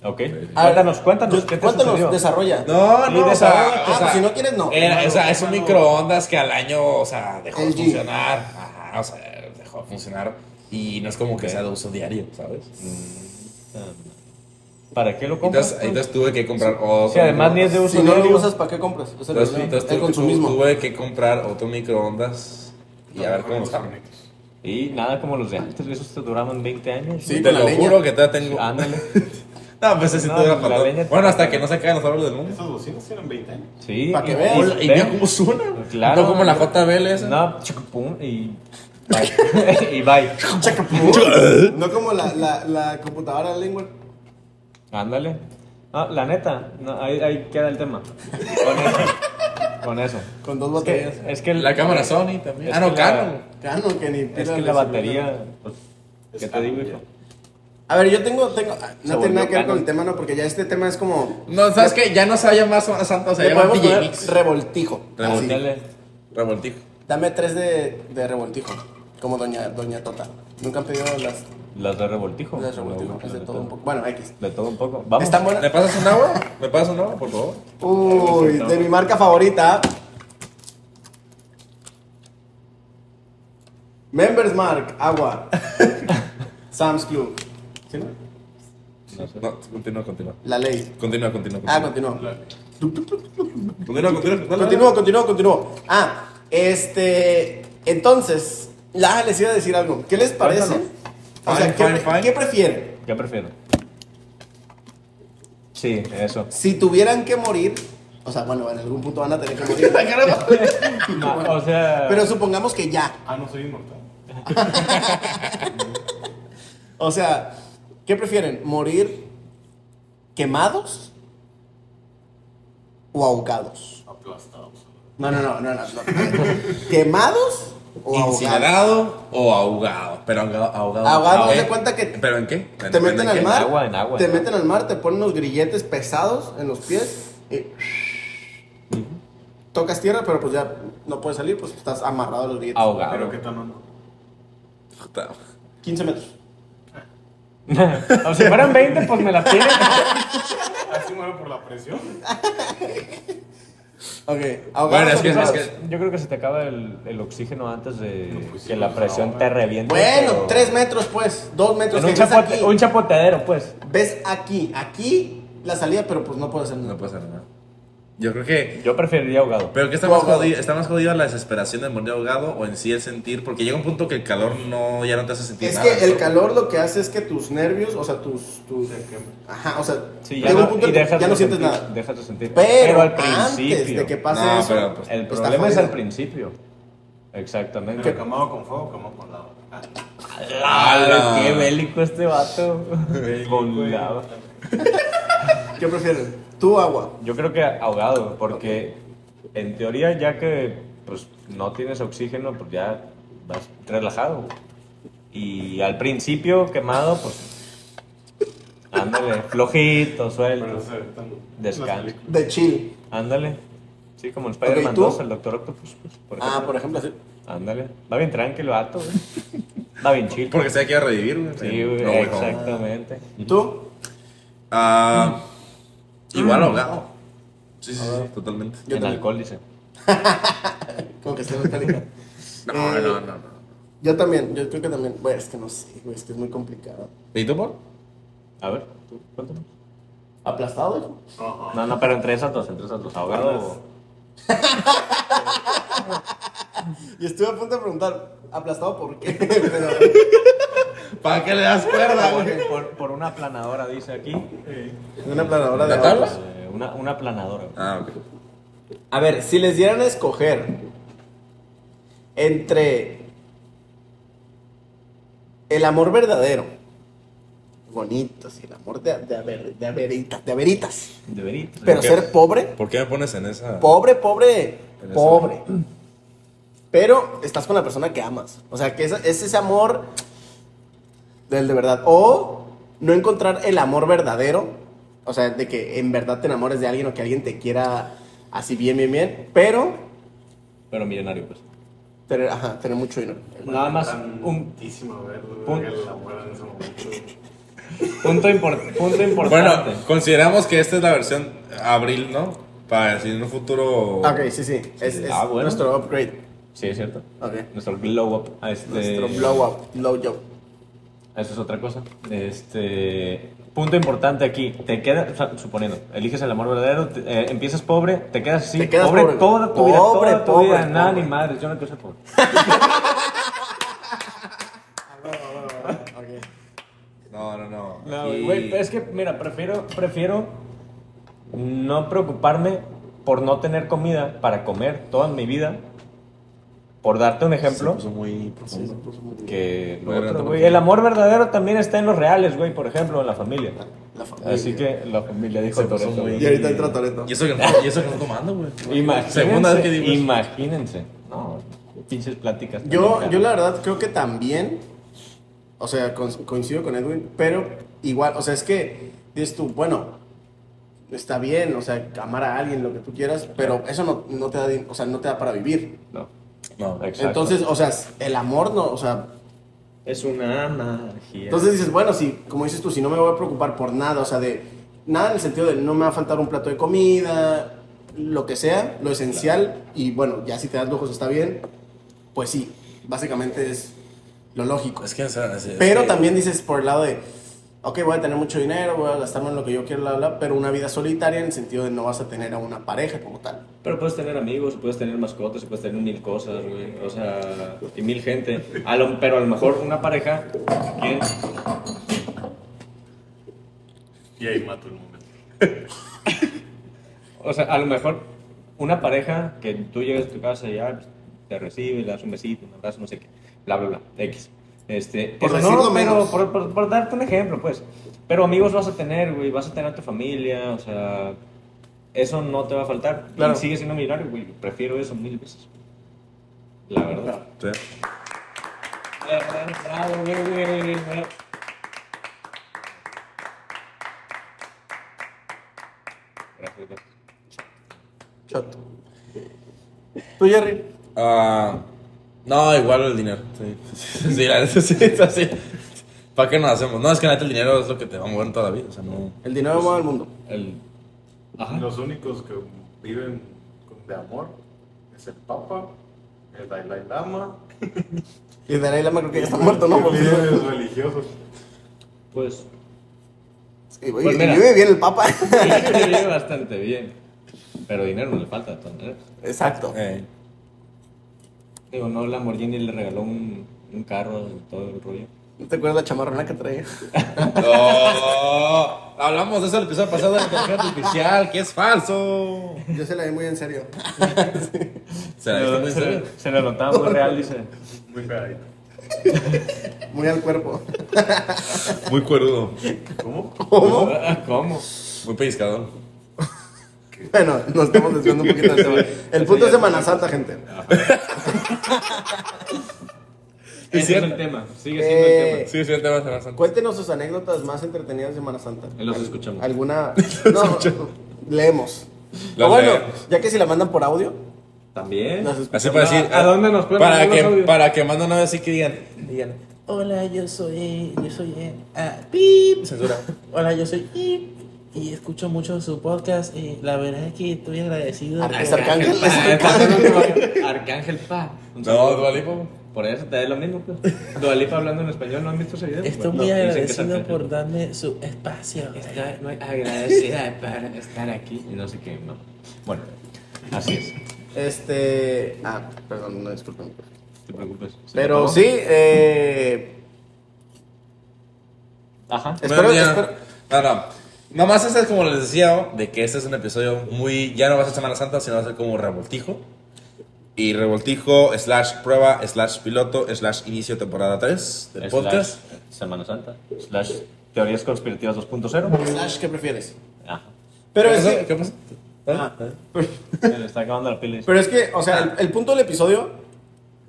[SPEAKER 2] Ok.
[SPEAKER 1] Ah,
[SPEAKER 2] Cuéntanos, cuéntanos. ¿Qué te
[SPEAKER 3] Cuéntanos,
[SPEAKER 2] sucedió?
[SPEAKER 3] desarrolla.
[SPEAKER 1] No,
[SPEAKER 2] Y
[SPEAKER 1] no, o sea,
[SPEAKER 3] desahógate,
[SPEAKER 1] o sea,
[SPEAKER 3] si no quieres, no.
[SPEAKER 1] era-
[SPEAKER 3] No,
[SPEAKER 1] o sea, es un
[SPEAKER 3] no.
[SPEAKER 1] microondas que al año, o sea, dejó de
[SPEAKER 3] LG.
[SPEAKER 1] funcionar. Ajá, o sea, dejó de funcionar. Y no es como que sea de uso diario, ¿sabes?
[SPEAKER 2] ¿Para qué lo compras?
[SPEAKER 1] Entonces, entonces tuve que comprar otro.
[SPEAKER 2] Sí, además ni es de uso
[SPEAKER 3] Si no
[SPEAKER 2] diario.
[SPEAKER 3] lo usas, ¿para qué compras? Es
[SPEAKER 2] Pues
[SPEAKER 3] el,
[SPEAKER 1] Entonces,
[SPEAKER 3] el
[SPEAKER 1] entonces tuve-
[SPEAKER 3] consumismo.
[SPEAKER 1] tuve que comprar otro microondas y a ver cómo nos
[SPEAKER 4] Los
[SPEAKER 1] sale.
[SPEAKER 4] bonitos.
[SPEAKER 2] Y nada como los de antes, esos te duraban 20 años.
[SPEAKER 3] Sí,
[SPEAKER 1] Te
[SPEAKER 3] con la
[SPEAKER 1] lo
[SPEAKER 3] leña.
[SPEAKER 1] juro que todavía tengo.
[SPEAKER 3] (laughs)
[SPEAKER 2] Ándale.
[SPEAKER 1] No, pues ese
[SPEAKER 2] ah, No,
[SPEAKER 1] todo era
[SPEAKER 2] la
[SPEAKER 1] para todo.
[SPEAKER 2] leña te-
[SPEAKER 1] Bueno, hasta que no se caigan los árboles del mundo.
[SPEAKER 4] Esas bocinas tienen 20 años.
[SPEAKER 2] Sí.
[SPEAKER 3] Pa' que
[SPEAKER 2] y-
[SPEAKER 3] veas.
[SPEAKER 1] Hola, y
[SPEAKER 2] ve-
[SPEAKER 1] mira cómo suena.
[SPEAKER 2] Claro.
[SPEAKER 1] No como la JBL esa.
[SPEAKER 2] No, chico, pum, y bye. (laughs) y bye.
[SPEAKER 3] (laughs) No como la, la, la computadora de lengua.
[SPEAKER 2] Ándale. No, la neta, no, ahí, ahí queda el tema. Con eso. Con eso.
[SPEAKER 3] Con dos
[SPEAKER 2] Es que,
[SPEAKER 3] baterías.
[SPEAKER 2] es que el-
[SPEAKER 1] La cámara Sony también.
[SPEAKER 2] Es
[SPEAKER 1] Ah,
[SPEAKER 2] que
[SPEAKER 1] no,
[SPEAKER 2] la-
[SPEAKER 1] Canon.
[SPEAKER 3] Canon, que ni
[SPEAKER 2] Es
[SPEAKER 3] tira Ah,
[SPEAKER 2] que
[SPEAKER 3] el
[SPEAKER 2] la
[SPEAKER 3] celular.
[SPEAKER 2] batería, pues, ¿qué
[SPEAKER 4] Es
[SPEAKER 2] te digo,
[SPEAKER 4] Canon,
[SPEAKER 2] hijo?
[SPEAKER 3] A ver, yo tengo. tengo ah, no
[SPEAKER 2] volvió
[SPEAKER 3] tiene nada que ver con
[SPEAKER 2] canon.
[SPEAKER 3] el tema, no, porque ya este tema es como.
[SPEAKER 1] No, ¿sabes qué? Ya no se llama Semana Santa, se
[SPEAKER 3] Le
[SPEAKER 1] llama
[SPEAKER 3] podemos
[SPEAKER 1] DJ
[SPEAKER 3] poner
[SPEAKER 1] Mix.
[SPEAKER 3] revoltijo. Así.
[SPEAKER 2] Ándale.
[SPEAKER 1] Revoltijo.
[SPEAKER 3] Dame tres de, de revoltijo. Como doña, doña Tota. Nunca han pedido las,
[SPEAKER 2] Las de revoltijo.
[SPEAKER 3] las revoltijo.
[SPEAKER 2] Las
[SPEAKER 3] Es de todo un poco. Bueno, X.
[SPEAKER 2] De todo un poco. Vamos.
[SPEAKER 3] Están buenas.
[SPEAKER 1] ¿Me pasas un agua? ¿Me pasas un agua, por favor?
[SPEAKER 3] Uy, de mi marca favorita. Members Mark, agua. Sam's Club. ¿Sí, no?
[SPEAKER 2] No sé.
[SPEAKER 1] No, continúa, continúa.
[SPEAKER 3] La ley.
[SPEAKER 1] Continúa, continúa.
[SPEAKER 3] Ah,
[SPEAKER 1] Continúa,
[SPEAKER 3] continúo.
[SPEAKER 1] continúa. continúa, continúa.
[SPEAKER 3] Continúo, continúo, continúo. Ah, este. Entonces, la les iba a decir algo. ¿Qué les parece?
[SPEAKER 1] Cuéntanos.
[SPEAKER 3] O sea,
[SPEAKER 1] Fine, fine,
[SPEAKER 3] ¿qué,
[SPEAKER 1] fine.
[SPEAKER 3] qué prefieren?
[SPEAKER 2] ¿Qué prefiero? Sí, eso.
[SPEAKER 3] Si tuvieran que morir, o sea, bueno, en algún punto van a tener que
[SPEAKER 1] (laughs)
[SPEAKER 3] morir.
[SPEAKER 2] Ah, o sea,
[SPEAKER 3] Pero supongamos que ya.
[SPEAKER 4] Ah, no soy inmortal.
[SPEAKER 3] O sea, ¿qué prefieren? ¿Morir quemados o ahogados?
[SPEAKER 4] Aplastados.
[SPEAKER 3] No, no, no, no,
[SPEAKER 1] (laughs)
[SPEAKER 3] no. no. ¿Quemados o ahogados?
[SPEAKER 1] ¿Incinerado o ahogado? Pero ahogado. Ahogado,
[SPEAKER 3] Ahogado,
[SPEAKER 1] ¿en
[SPEAKER 3] haz de
[SPEAKER 1] qué?
[SPEAKER 3] cuenta que
[SPEAKER 1] ¿Pero en qué? ¿En-
[SPEAKER 3] Te
[SPEAKER 1] en
[SPEAKER 3] meten
[SPEAKER 1] qué?
[SPEAKER 3] al mar,
[SPEAKER 2] En agua, en agua,
[SPEAKER 3] te
[SPEAKER 2] ¿no?
[SPEAKER 3] meten al mar, te ponen unos grilletes pesados en los pies y tocas tierra, pero pues ya no puedes salir, pues estás amarrado a los grilletes.
[SPEAKER 2] ahogado.
[SPEAKER 4] Pero qué tan hondo.
[SPEAKER 1] Puta.
[SPEAKER 3] 15 metros.
[SPEAKER 2] (laughs) O si fueran 20, pues me la
[SPEAKER 3] (laughs)
[SPEAKER 2] piden.
[SPEAKER 4] Así ¿Ah, muero por la presión.
[SPEAKER 3] Ok, ahogados
[SPEAKER 1] Bueno, es
[SPEAKER 3] o
[SPEAKER 1] que- es
[SPEAKER 3] quemados?
[SPEAKER 1] que-
[SPEAKER 2] Yo creo que se te acaba el, el oxígeno antes de
[SPEAKER 4] No, pues sí,
[SPEAKER 2] que la
[SPEAKER 4] pues,
[SPEAKER 2] presión
[SPEAKER 4] no,
[SPEAKER 2] te
[SPEAKER 4] güey.
[SPEAKER 2] reviente.
[SPEAKER 3] Bueno,
[SPEAKER 2] pero-
[SPEAKER 3] 3 metros pues, 2 metros.
[SPEAKER 2] En
[SPEAKER 3] que
[SPEAKER 2] un,
[SPEAKER 3] ves
[SPEAKER 2] chapote-
[SPEAKER 3] aquí.
[SPEAKER 2] un chapoteadero, pues.
[SPEAKER 3] Ves aquí, aquí la salida, pero pues no puedes hacer
[SPEAKER 1] No
[SPEAKER 3] nada.
[SPEAKER 1] pasa nada. Yo creo que.
[SPEAKER 2] Yo preferiría ahogado.
[SPEAKER 1] Pero que está más,
[SPEAKER 3] Ahogado.
[SPEAKER 1] jodido, está más jodido la desesperación de morir ahogado o en sí el sentir, porque llega un punto que el calor no, ya no te hace sentir
[SPEAKER 3] Es
[SPEAKER 1] nada.
[SPEAKER 3] que el
[SPEAKER 1] ¿no?
[SPEAKER 3] calor lo que hace es que tus nervios, o sea, tus. tus
[SPEAKER 4] Se quema.
[SPEAKER 3] ajá, o sea,
[SPEAKER 2] Sí,
[SPEAKER 3] llega un punto
[SPEAKER 2] y
[SPEAKER 3] en que
[SPEAKER 2] dejas
[SPEAKER 3] ya
[SPEAKER 2] de
[SPEAKER 3] no sientes
[SPEAKER 2] sentir-
[SPEAKER 3] nada.
[SPEAKER 2] Dejas de sentir.
[SPEAKER 3] Pero,
[SPEAKER 2] al principio.
[SPEAKER 3] antes de que pase
[SPEAKER 1] No,
[SPEAKER 3] eso,
[SPEAKER 1] pero, pues,
[SPEAKER 2] El
[SPEAKER 3] está
[SPEAKER 2] problema es
[SPEAKER 3] jodido.
[SPEAKER 2] al principio. Exactamente.
[SPEAKER 4] Pero quemado con fuego, quemado con lava. Ah,
[SPEAKER 1] ¡Hala!
[SPEAKER 2] ¡Qué bélico este vato! Con
[SPEAKER 4] güey.
[SPEAKER 2] lava.
[SPEAKER 3] ¿Qué prefieres? ¿Tú agua?
[SPEAKER 2] Yo creo que ahogado, porque en teoría ya que pues no tienes oxígeno, pues ya vas relajado. güey. Y al principio quemado, pues ándale, flojito,
[SPEAKER 4] Pero
[SPEAKER 2] suelto.
[SPEAKER 4] se evitan las
[SPEAKER 2] Descanso.
[SPEAKER 4] películas.
[SPEAKER 3] De chill.
[SPEAKER 2] Ándale. Sí, como en Spider-Man
[SPEAKER 3] Ok, ¿tú?
[SPEAKER 2] 2, el Doctor Octopus, pues, por
[SPEAKER 3] Ah,
[SPEAKER 2] ejemplo.
[SPEAKER 3] por ejemplo, así.
[SPEAKER 2] Ándale. Va bien tranquilo, vato, güey. Va bien chill.
[SPEAKER 1] Porque se que iba a revivir, güey.
[SPEAKER 2] Sí, güey,
[SPEAKER 1] No, güey, no.
[SPEAKER 2] exactamente.
[SPEAKER 3] ¿Tú?
[SPEAKER 1] Ah, igual ahogado. Sí, sí, sí, totalmente.
[SPEAKER 3] Mm. Yo
[SPEAKER 2] en
[SPEAKER 3] también.
[SPEAKER 2] alcohol, dice.
[SPEAKER 3] Como que estoy metálica.
[SPEAKER 1] No,
[SPEAKER 3] Eh,
[SPEAKER 1] no, no, no.
[SPEAKER 3] Yo también, yo creo que también. Güey, es que no sé, güey, es que es muy complicado.
[SPEAKER 1] ¿Y tú, Paul?
[SPEAKER 2] A ver, tú, cuéntame.
[SPEAKER 3] ¿Aplastado, hijo?
[SPEAKER 4] Ajá.
[SPEAKER 2] No, no, pero entre esas dos, entre esas dos. Ahogado.
[SPEAKER 3] Y estuve a punto de preguntar, ¿aplastado por qué? (laughs) Pero.
[SPEAKER 1] ¿Para qué le das cuerda, güey?
[SPEAKER 2] Por, por, por una aplanadora, dice aquí.
[SPEAKER 3] Una aplanadora
[SPEAKER 1] ¿La
[SPEAKER 3] de
[SPEAKER 1] tabla?
[SPEAKER 3] autos.
[SPEAKER 2] Eh, una, una aplanadora.
[SPEAKER 1] Ah, ok.
[SPEAKER 3] A ver, si les dieran a escoger entre el amor verdadero, bonito, sí, el amor de, de, haber- de averitas, de averitas,
[SPEAKER 2] De verito.
[SPEAKER 3] pero
[SPEAKER 1] Ok.
[SPEAKER 3] ser pobre,
[SPEAKER 1] ¿Por qué me pones en esa?
[SPEAKER 3] pobre, pobre,
[SPEAKER 1] Pero
[SPEAKER 3] pobre. Pero estás con la persona que amas. O sea, que esa- es, ese amor del de verdad. O no encontrar el amor verdadero. O sea, de que en verdad te enamores de alguien o que alguien te quiera así bien, bien, bien. Pero
[SPEAKER 2] Pero millonario, pues.
[SPEAKER 3] tener, ajá, tener mucho dinero.
[SPEAKER 2] Nada más un
[SPEAKER 4] Tantísimo, güey,
[SPEAKER 2] Pun-
[SPEAKER 4] que la muera en ese momento.
[SPEAKER 2] punto, impor- punto
[SPEAKER 1] Bueno,
[SPEAKER 2] importante.
[SPEAKER 1] consideramos que esta es la versión abril, ¿no? Para decir en un futuro.
[SPEAKER 3] Ok, sí, sí. Es, es
[SPEAKER 2] Ah, bueno.
[SPEAKER 3] nuestro upgrade.
[SPEAKER 2] Sí, es cierto.
[SPEAKER 3] Ok.
[SPEAKER 2] Nuestro glow up. Ah, Este,
[SPEAKER 3] Nuestro blow up, blow job.
[SPEAKER 2] Eso es otra cosa. Este. Punto importante aquí. Te queda, o sea, suponiendo, eliges el amor verdadero, te- eh, empiezas pobre, te quedas así.
[SPEAKER 3] Te quedas
[SPEAKER 2] pobre,
[SPEAKER 3] pobre.
[SPEAKER 2] toda tu vida.
[SPEAKER 3] Pobre,
[SPEAKER 2] toda tu
[SPEAKER 3] pobre,
[SPEAKER 2] vida. Nada,
[SPEAKER 3] pobre.
[SPEAKER 2] ni madres. Yo no quiero ser pobre.
[SPEAKER 1] No, no, no. pues,
[SPEAKER 2] No,
[SPEAKER 1] Aquí-
[SPEAKER 2] güey, es que, mira, prefiero, prefiero no preocuparme por no tener comida para comer toda mi vida. Por darte un
[SPEAKER 1] Se
[SPEAKER 2] ejemplo,
[SPEAKER 1] puso muy profundo.
[SPEAKER 2] que lo
[SPEAKER 1] Muy
[SPEAKER 2] otro,
[SPEAKER 1] rato,
[SPEAKER 2] güey,
[SPEAKER 1] porque-
[SPEAKER 2] el amor verdadero también está en los reales, güey, por ejemplo, en la familia.
[SPEAKER 3] La familia.
[SPEAKER 2] Así que la familia dijo
[SPEAKER 1] Se puso
[SPEAKER 2] Toretto,
[SPEAKER 1] muy-
[SPEAKER 2] güey.
[SPEAKER 3] Y ahorita entra Toreto.
[SPEAKER 1] Y eso que no, y eso que no tomando, güey.
[SPEAKER 2] Imagínense,
[SPEAKER 1] Segunda vez que digo eso.
[SPEAKER 2] imagínense. No, pinches pláticas.
[SPEAKER 3] Yo,
[SPEAKER 2] también,
[SPEAKER 3] yo la
[SPEAKER 2] cara.
[SPEAKER 3] verdad creo que también, o sea, con- coincido con Edwin, pero igual, o sea, es que dices tú, bueno, está bien, o sea, amar a alguien, lo que tú quieras, pero eso no, no te da, din- o sea, no te da para vivir.
[SPEAKER 1] No,
[SPEAKER 2] No, exacto.
[SPEAKER 3] Entonces, o sea, el amor no, o sea,
[SPEAKER 2] es una magia.
[SPEAKER 3] entonces dices, bueno, si, como dices tú, si no me voy a preocupar por nada, o sea, de nada en el sentido de no me va a faltar un plato de comida, lo que sea, lo esencial, y bueno, ya si te das lujos está bien, pues sí, básicamente es lo lógico.
[SPEAKER 1] es que. o sea, es- es
[SPEAKER 3] Pero
[SPEAKER 1] que-
[SPEAKER 3] también dices por el lado de, ok, voy a tener mucho dinero, voy a gastarme en lo que yo quiero, bla, bla, pero una vida solitaria en el sentido de no vas a tener a una pareja como tal.
[SPEAKER 2] Pero puedes tener amigos, puedes tener mascotas, puedes tener mil cosas, güey. O sea, y mil gente. A lo- pero a lo mejor una pareja. ¿Quién?
[SPEAKER 4] Y ahí mato el momento.
[SPEAKER 2] O sea, a lo mejor una pareja que tú llegas a tu casa y ya pues, te recibe, le das un besito, un abrazo, no sé qué. Bla, bla, bla. X. Este,
[SPEAKER 3] Por
[SPEAKER 2] eso
[SPEAKER 3] decirlo
[SPEAKER 2] pero
[SPEAKER 3] menos.
[SPEAKER 2] Por, por- por darte un ejemplo, pues. Pero amigos vas a tener, güey. Vas a tener a tu familia, o sea. Eso no te va a faltar.
[SPEAKER 3] Claro.
[SPEAKER 2] Y sigue siendo millonario, güey. Prefiero eso mil veces. La verdad.
[SPEAKER 1] Sí.
[SPEAKER 2] Bravo, güey, güey, güey, güey. Gracias, gracias.
[SPEAKER 3] Chato. Tú, Jerry.
[SPEAKER 1] Ah, no, igual el dinero. Sí, sí la neta, (laughs) sí, es así. ¿Para qué nos hacemos? No, es que la neta el dinero es lo que te va a mover en toda la vida. O sea, no.
[SPEAKER 3] El dinero mueve el mundo.
[SPEAKER 2] El... Ajá.
[SPEAKER 4] Los únicos que viven con- de amor es el Papa, el Dalai Lama
[SPEAKER 3] Y el Dalai Lama creo que ya está (laughs) muerto, ¿no?
[SPEAKER 4] y
[SPEAKER 3] Porque-
[SPEAKER 4] líderes religiosos.
[SPEAKER 2] (laughs) Pues
[SPEAKER 3] Y, y-
[SPEAKER 2] Pues
[SPEAKER 3] y
[SPEAKER 2] mira.
[SPEAKER 3] (laughs) vive bien el Papa.
[SPEAKER 2] yo bastante bien. Pero dinero no le falta, de todas maneras.
[SPEAKER 5] Exacto.
[SPEAKER 1] Eh,
[SPEAKER 2] Digo, no, Lamborghini le regaló un, un carro y todo el rollo.
[SPEAKER 5] ¿No te acuerdas la chamarrona que traía?
[SPEAKER 1] no, hablamos de eso el episodio pasado de la inteligencia artificial, que es falso.
[SPEAKER 3] Yo se la di muy en serio.
[SPEAKER 1] Se la diste muy
[SPEAKER 2] se,
[SPEAKER 1] serio.
[SPEAKER 2] le- se le notaba muy real, dice.
[SPEAKER 4] Muy pegadito.
[SPEAKER 3] Muy al (laughs) cuerpo.
[SPEAKER 1] Muy cuerudo.
[SPEAKER 4] ¿Cómo?
[SPEAKER 5] ¿Cómo?
[SPEAKER 2] Ah, ¿Cómo?
[SPEAKER 1] Muy pellizcador.
[SPEAKER 5] Bueno, nos estamos desviando un poquito del tema.
[SPEAKER 3] El punto es Semana Santa, gente.
[SPEAKER 2] Ese es
[SPEAKER 1] cierto.
[SPEAKER 2] el tema. Sigue siendo el
[SPEAKER 3] Eh,
[SPEAKER 2] tema.
[SPEAKER 1] Sí, sí, el tema de Semana Santa.
[SPEAKER 3] Cuéntenos sus anécdotas más entretenidas de Semana Santa.
[SPEAKER 2] Los escuchamos. (laughs)
[SPEAKER 3] ¿Alguna? No, leemos.
[SPEAKER 1] Las
[SPEAKER 3] O bueno,
[SPEAKER 1] leemos.
[SPEAKER 3] ya que si la mandan por audio,
[SPEAKER 2] También.
[SPEAKER 3] las escuchamos.
[SPEAKER 1] Así para
[SPEAKER 2] No,
[SPEAKER 1] decir.
[SPEAKER 2] ¿a dónde nos pueden
[SPEAKER 1] para
[SPEAKER 2] mandar los
[SPEAKER 1] que,
[SPEAKER 2] audios?
[SPEAKER 1] para que manden una vez así que digan.
[SPEAKER 6] Digan, hola, yo soy, yo soy, eh, ah,
[SPEAKER 2] (laughs)
[SPEAKER 6] pip.
[SPEAKER 1] Censura.
[SPEAKER 6] Hola, yo soy pip. Y escucho mucho su podcast. Y la verdad es que estoy agradecido.
[SPEAKER 5] Ah, es
[SPEAKER 6] por-
[SPEAKER 5] Arcángel.
[SPEAKER 2] Ah, el pastor no te va- Arcángel Pa. Un
[SPEAKER 1] No,
[SPEAKER 2] saludo.
[SPEAKER 1] Dualipo.
[SPEAKER 2] Por eso te da lo mismo, pues. Dualipa hablando en español, ¿no han visto ese video?
[SPEAKER 6] Estoy
[SPEAKER 2] Bueno,
[SPEAKER 6] muy
[SPEAKER 2] dicen que es
[SPEAKER 6] agradecido
[SPEAKER 2] Arcángel.
[SPEAKER 6] por darme su espacio.
[SPEAKER 2] Está muy agradecida por estar aquí. Y no sé qué, no. Bueno, así es.
[SPEAKER 3] Este. Ah, perdón, no disculpen.
[SPEAKER 2] Te preocupes. ¿Se
[SPEAKER 3] Pero
[SPEAKER 2] acabó?
[SPEAKER 3] sí, eh.
[SPEAKER 2] Ajá.
[SPEAKER 3] Espero-
[SPEAKER 1] Bueno, ya-
[SPEAKER 3] espero-
[SPEAKER 1] No, no. Nomás ese es como les decía, de que este es un episodio muy. Ya no va a ser Semana Santa, sino va a ser como revoltijo. Y revoltijo, slash prueba, slash piloto, slash inicio temporada 3 del
[SPEAKER 2] Slash
[SPEAKER 1] podcast.
[SPEAKER 2] Semana Santa. Slash teorías conspirativas 2.0.
[SPEAKER 3] Slash, ¿qué prefieres?
[SPEAKER 2] Ajá.
[SPEAKER 3] Pero
[SPEAKER 1] ¿Qué
[SPEAKER 3] es,
[SPEAKER 1] pasó?
[SPEAKER 3] que,
[SPEAKER 1] ¿Qué pasó?
[SPEAKER 3] Ah.
[SPEAKER 2] Se le está acabando la pila.
[SPEAKER 3] pero es que, o sea, el, el punto del episodio,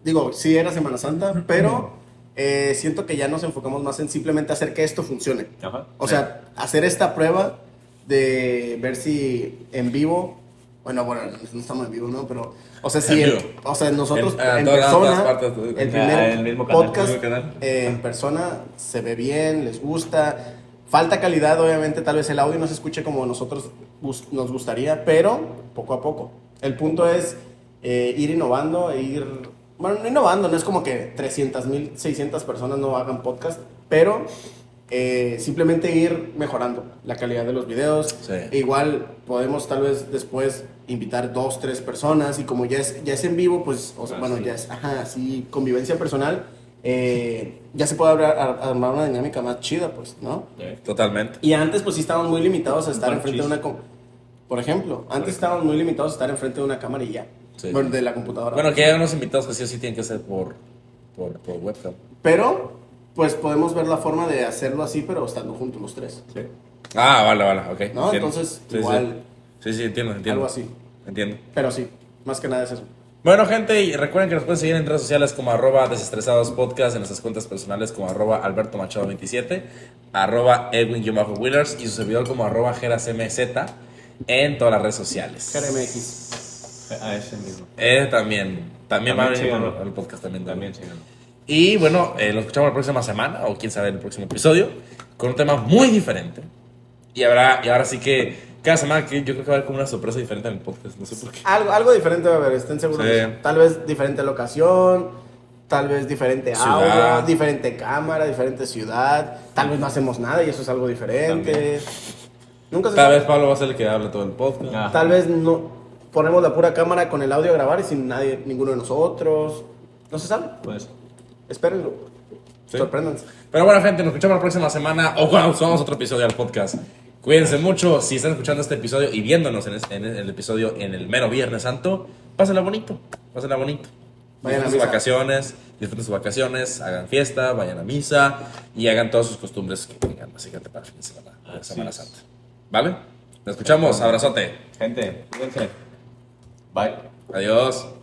[SPEAKER 3] digo, sí era Semana Santa, pero eh, siento que ya nos enfocamos más en simplemente hacer que esto funcione.
[SPEAKER 2] Ajá.
[SPEAKER 3] O sea, hacer esta prueba de ver si en vivo, bueno, bueno, no estamos en vivo, ¿no? Pero, o sea, si,
[SPEAKER 1] En
[SPEAKER 3] en-
[SPEAKER 1] vivo.
[SPEAKER 3] o sea, nosotros
[SPEAKER 1] En- a
[SPEAKER 3] en,
[SPEAKER 1] todas- a todas
[SPEAKER 3] persona,
[SPEAKER 1] partes, todo.
[SPEAKER 3] el
[SPEAKER 2] Ah,
[SPEAKER 3] primer
[SPEAKER 2] en el mismo canal,
[SPEAKER 3] podcast
[SPEAKER 1] en el mismo canal.
[SPEAKER 3] eh, en persona se ve bien, les gusta. Falta calidad, obviamente, tal vez el audio no se escuche como nosotros gus- nos gustaría, pero poco a poco. El punto es eh, ir innovando e ir... Bueno, no innovando, no es como que 300 mil, 600 personas no hagan podcast, pero eh, simplemente ir mejorando la calidad de los videos.
[SPEAKER 1] Sí.
[SPEAKER 3] Igual podemos tal vez después invitar dos, tres personas y como ya es, ya es en vivo, pues, o sea,
[SPEAKER 2] Ah,
[SPEAKER 3] bueno,
[SPEAKER 2] sí.
[SPEAKER 3] ya es, ajá, sí, convivencia personal, eh, ya se puede hablar- ar- armar una dinámica más chida, pues, ¿no?
[SPEAKER 2] Eh,
[SPEAKER 1] Totalmente.
[SPEAKER 3] Y antes, pues sí estábamos muy limitados a estar
[SPEAKER 2] Parchís.
[SPEAKER 3] enfrente de una... com- Por ejemplo, antes estábamos muy limitados a estar enfrente de una cámara y ya.
[SPEAKER 1] Sí.
[SPEAKER 3] Bueno, de la computadora.
[SPEAKER 1] Bueno, que hay unos invitados que sí o sí tienen que ser por, por, por webcam.
[SPEAKER 3] Pero, pues podemos ver la forma de hacerlo así, pero estando juntos los tres.
[SPEAKER 2] sí.
[SPEAKER 1] Ah, vale, vale, ok.
[SPEAKER 3] No, entonces,
[SPEAKER 1] Sí, sí.
[SPEAKER 3] igual-
[SPEAKER 1] Sí, sí, entiendo, entiendo.
[SPEAKER 3] Algo así.
[SPEAKER 1] Entiendo.
[SPEAKER 3] Pero sí, más que nada es eso.
[SPEAKER 1] Bueno, gente, y recuerden que nos pueden seguir en redes sociales como arroba desestresados podcast, en nuestras cuentas personales como arroba alberto machado 27, arroba edwin willers y su servidor como arroba gerasmz en todas las redes sociales.
[SPEAKER 3] GRMX.
[SPEAKER 2] A ese mismo.
[SPEAKER 1] Eh, también, también,
[SPEAKER 2] También
[SPEAKER 1] va a venir
[SPEAKER 2] síganlo.
[SPEAKER 1] por el podcast también.
[SPEAKER 2] También, síganlo.
[SPEAKER 1] Y bueno, eh, lo escuchamos la próxima semana, o quién sabe, el próximo episodio, con un tema muy diferente. Y, habrá, y ahora sí que cada semana que yo creo que va a haber como una sorpresa diferente en el podcast, no sé por qué.
[SPEAKER 3] Algo, algo diferente va a haber, estén seguros.
[SPEAKER 1] Sí.
[SPEAKER 3] Tal vez diferente locación, tal vez diferente
[SPEAKER 1] Ciudad.
[SPEAKER 3] audio, diferente cámara, diferente ciudad. Tal vez no hacemos nada y eso es algo diferente.
[SPEAKER 2] También.
[SPEAKER 3] Nunca se
[SPEAKER 1] Tal
[SPEAKER 3] sabe.
[SPEAKER 1] vez Pablo va a ser el que hable todo el podcast.
[SPEAKER 2] Ah.
[SPEAKER 3] Tal vez no ponemos la pura cámara con el audio a grabar y sin nadie, ninguno de nosotros. No se sabe.
[SPEAKER 2] Pues.
[SPEAKER 3] Espérenlo.
[SPEAKER 1] Sí.
[SPEAKER 3] Sorpréndanse.
[SPEAKER 1] Pero bueno, gente, nos escuchamos la próxima semana o cuando subamos otro episodio al podcast. Cuídense mucho. Si están escuchando este episodio y viéndonos en, es- en el episodio en el mero Viernes Santo, pásenla bonito. Pásenla bonito.
[SPEAKER 3] Vayan
[SPEAKER 1] disfruten
[SPEAKER 3] a
[SPEAKER 1] sus
[SPEAKER 3] misa.
[SPEAKER 1] vacaciones, disfruten sus vacaciones, hagan fiesta, vayan a misa y hagan todas sus costumbres que tengan. Así que te para el fin de semana, la
[SPEAKER 2] Así
[SPEAKER 1] Semana
[SPEAKER 2] es.
[SPEAKER 1] Santa. ¿Vale? Nos escuchamos. Abrazote.
[SPEAKER 2] Gente, cuídense. Bye.
[SPEAKER 1] Adiós.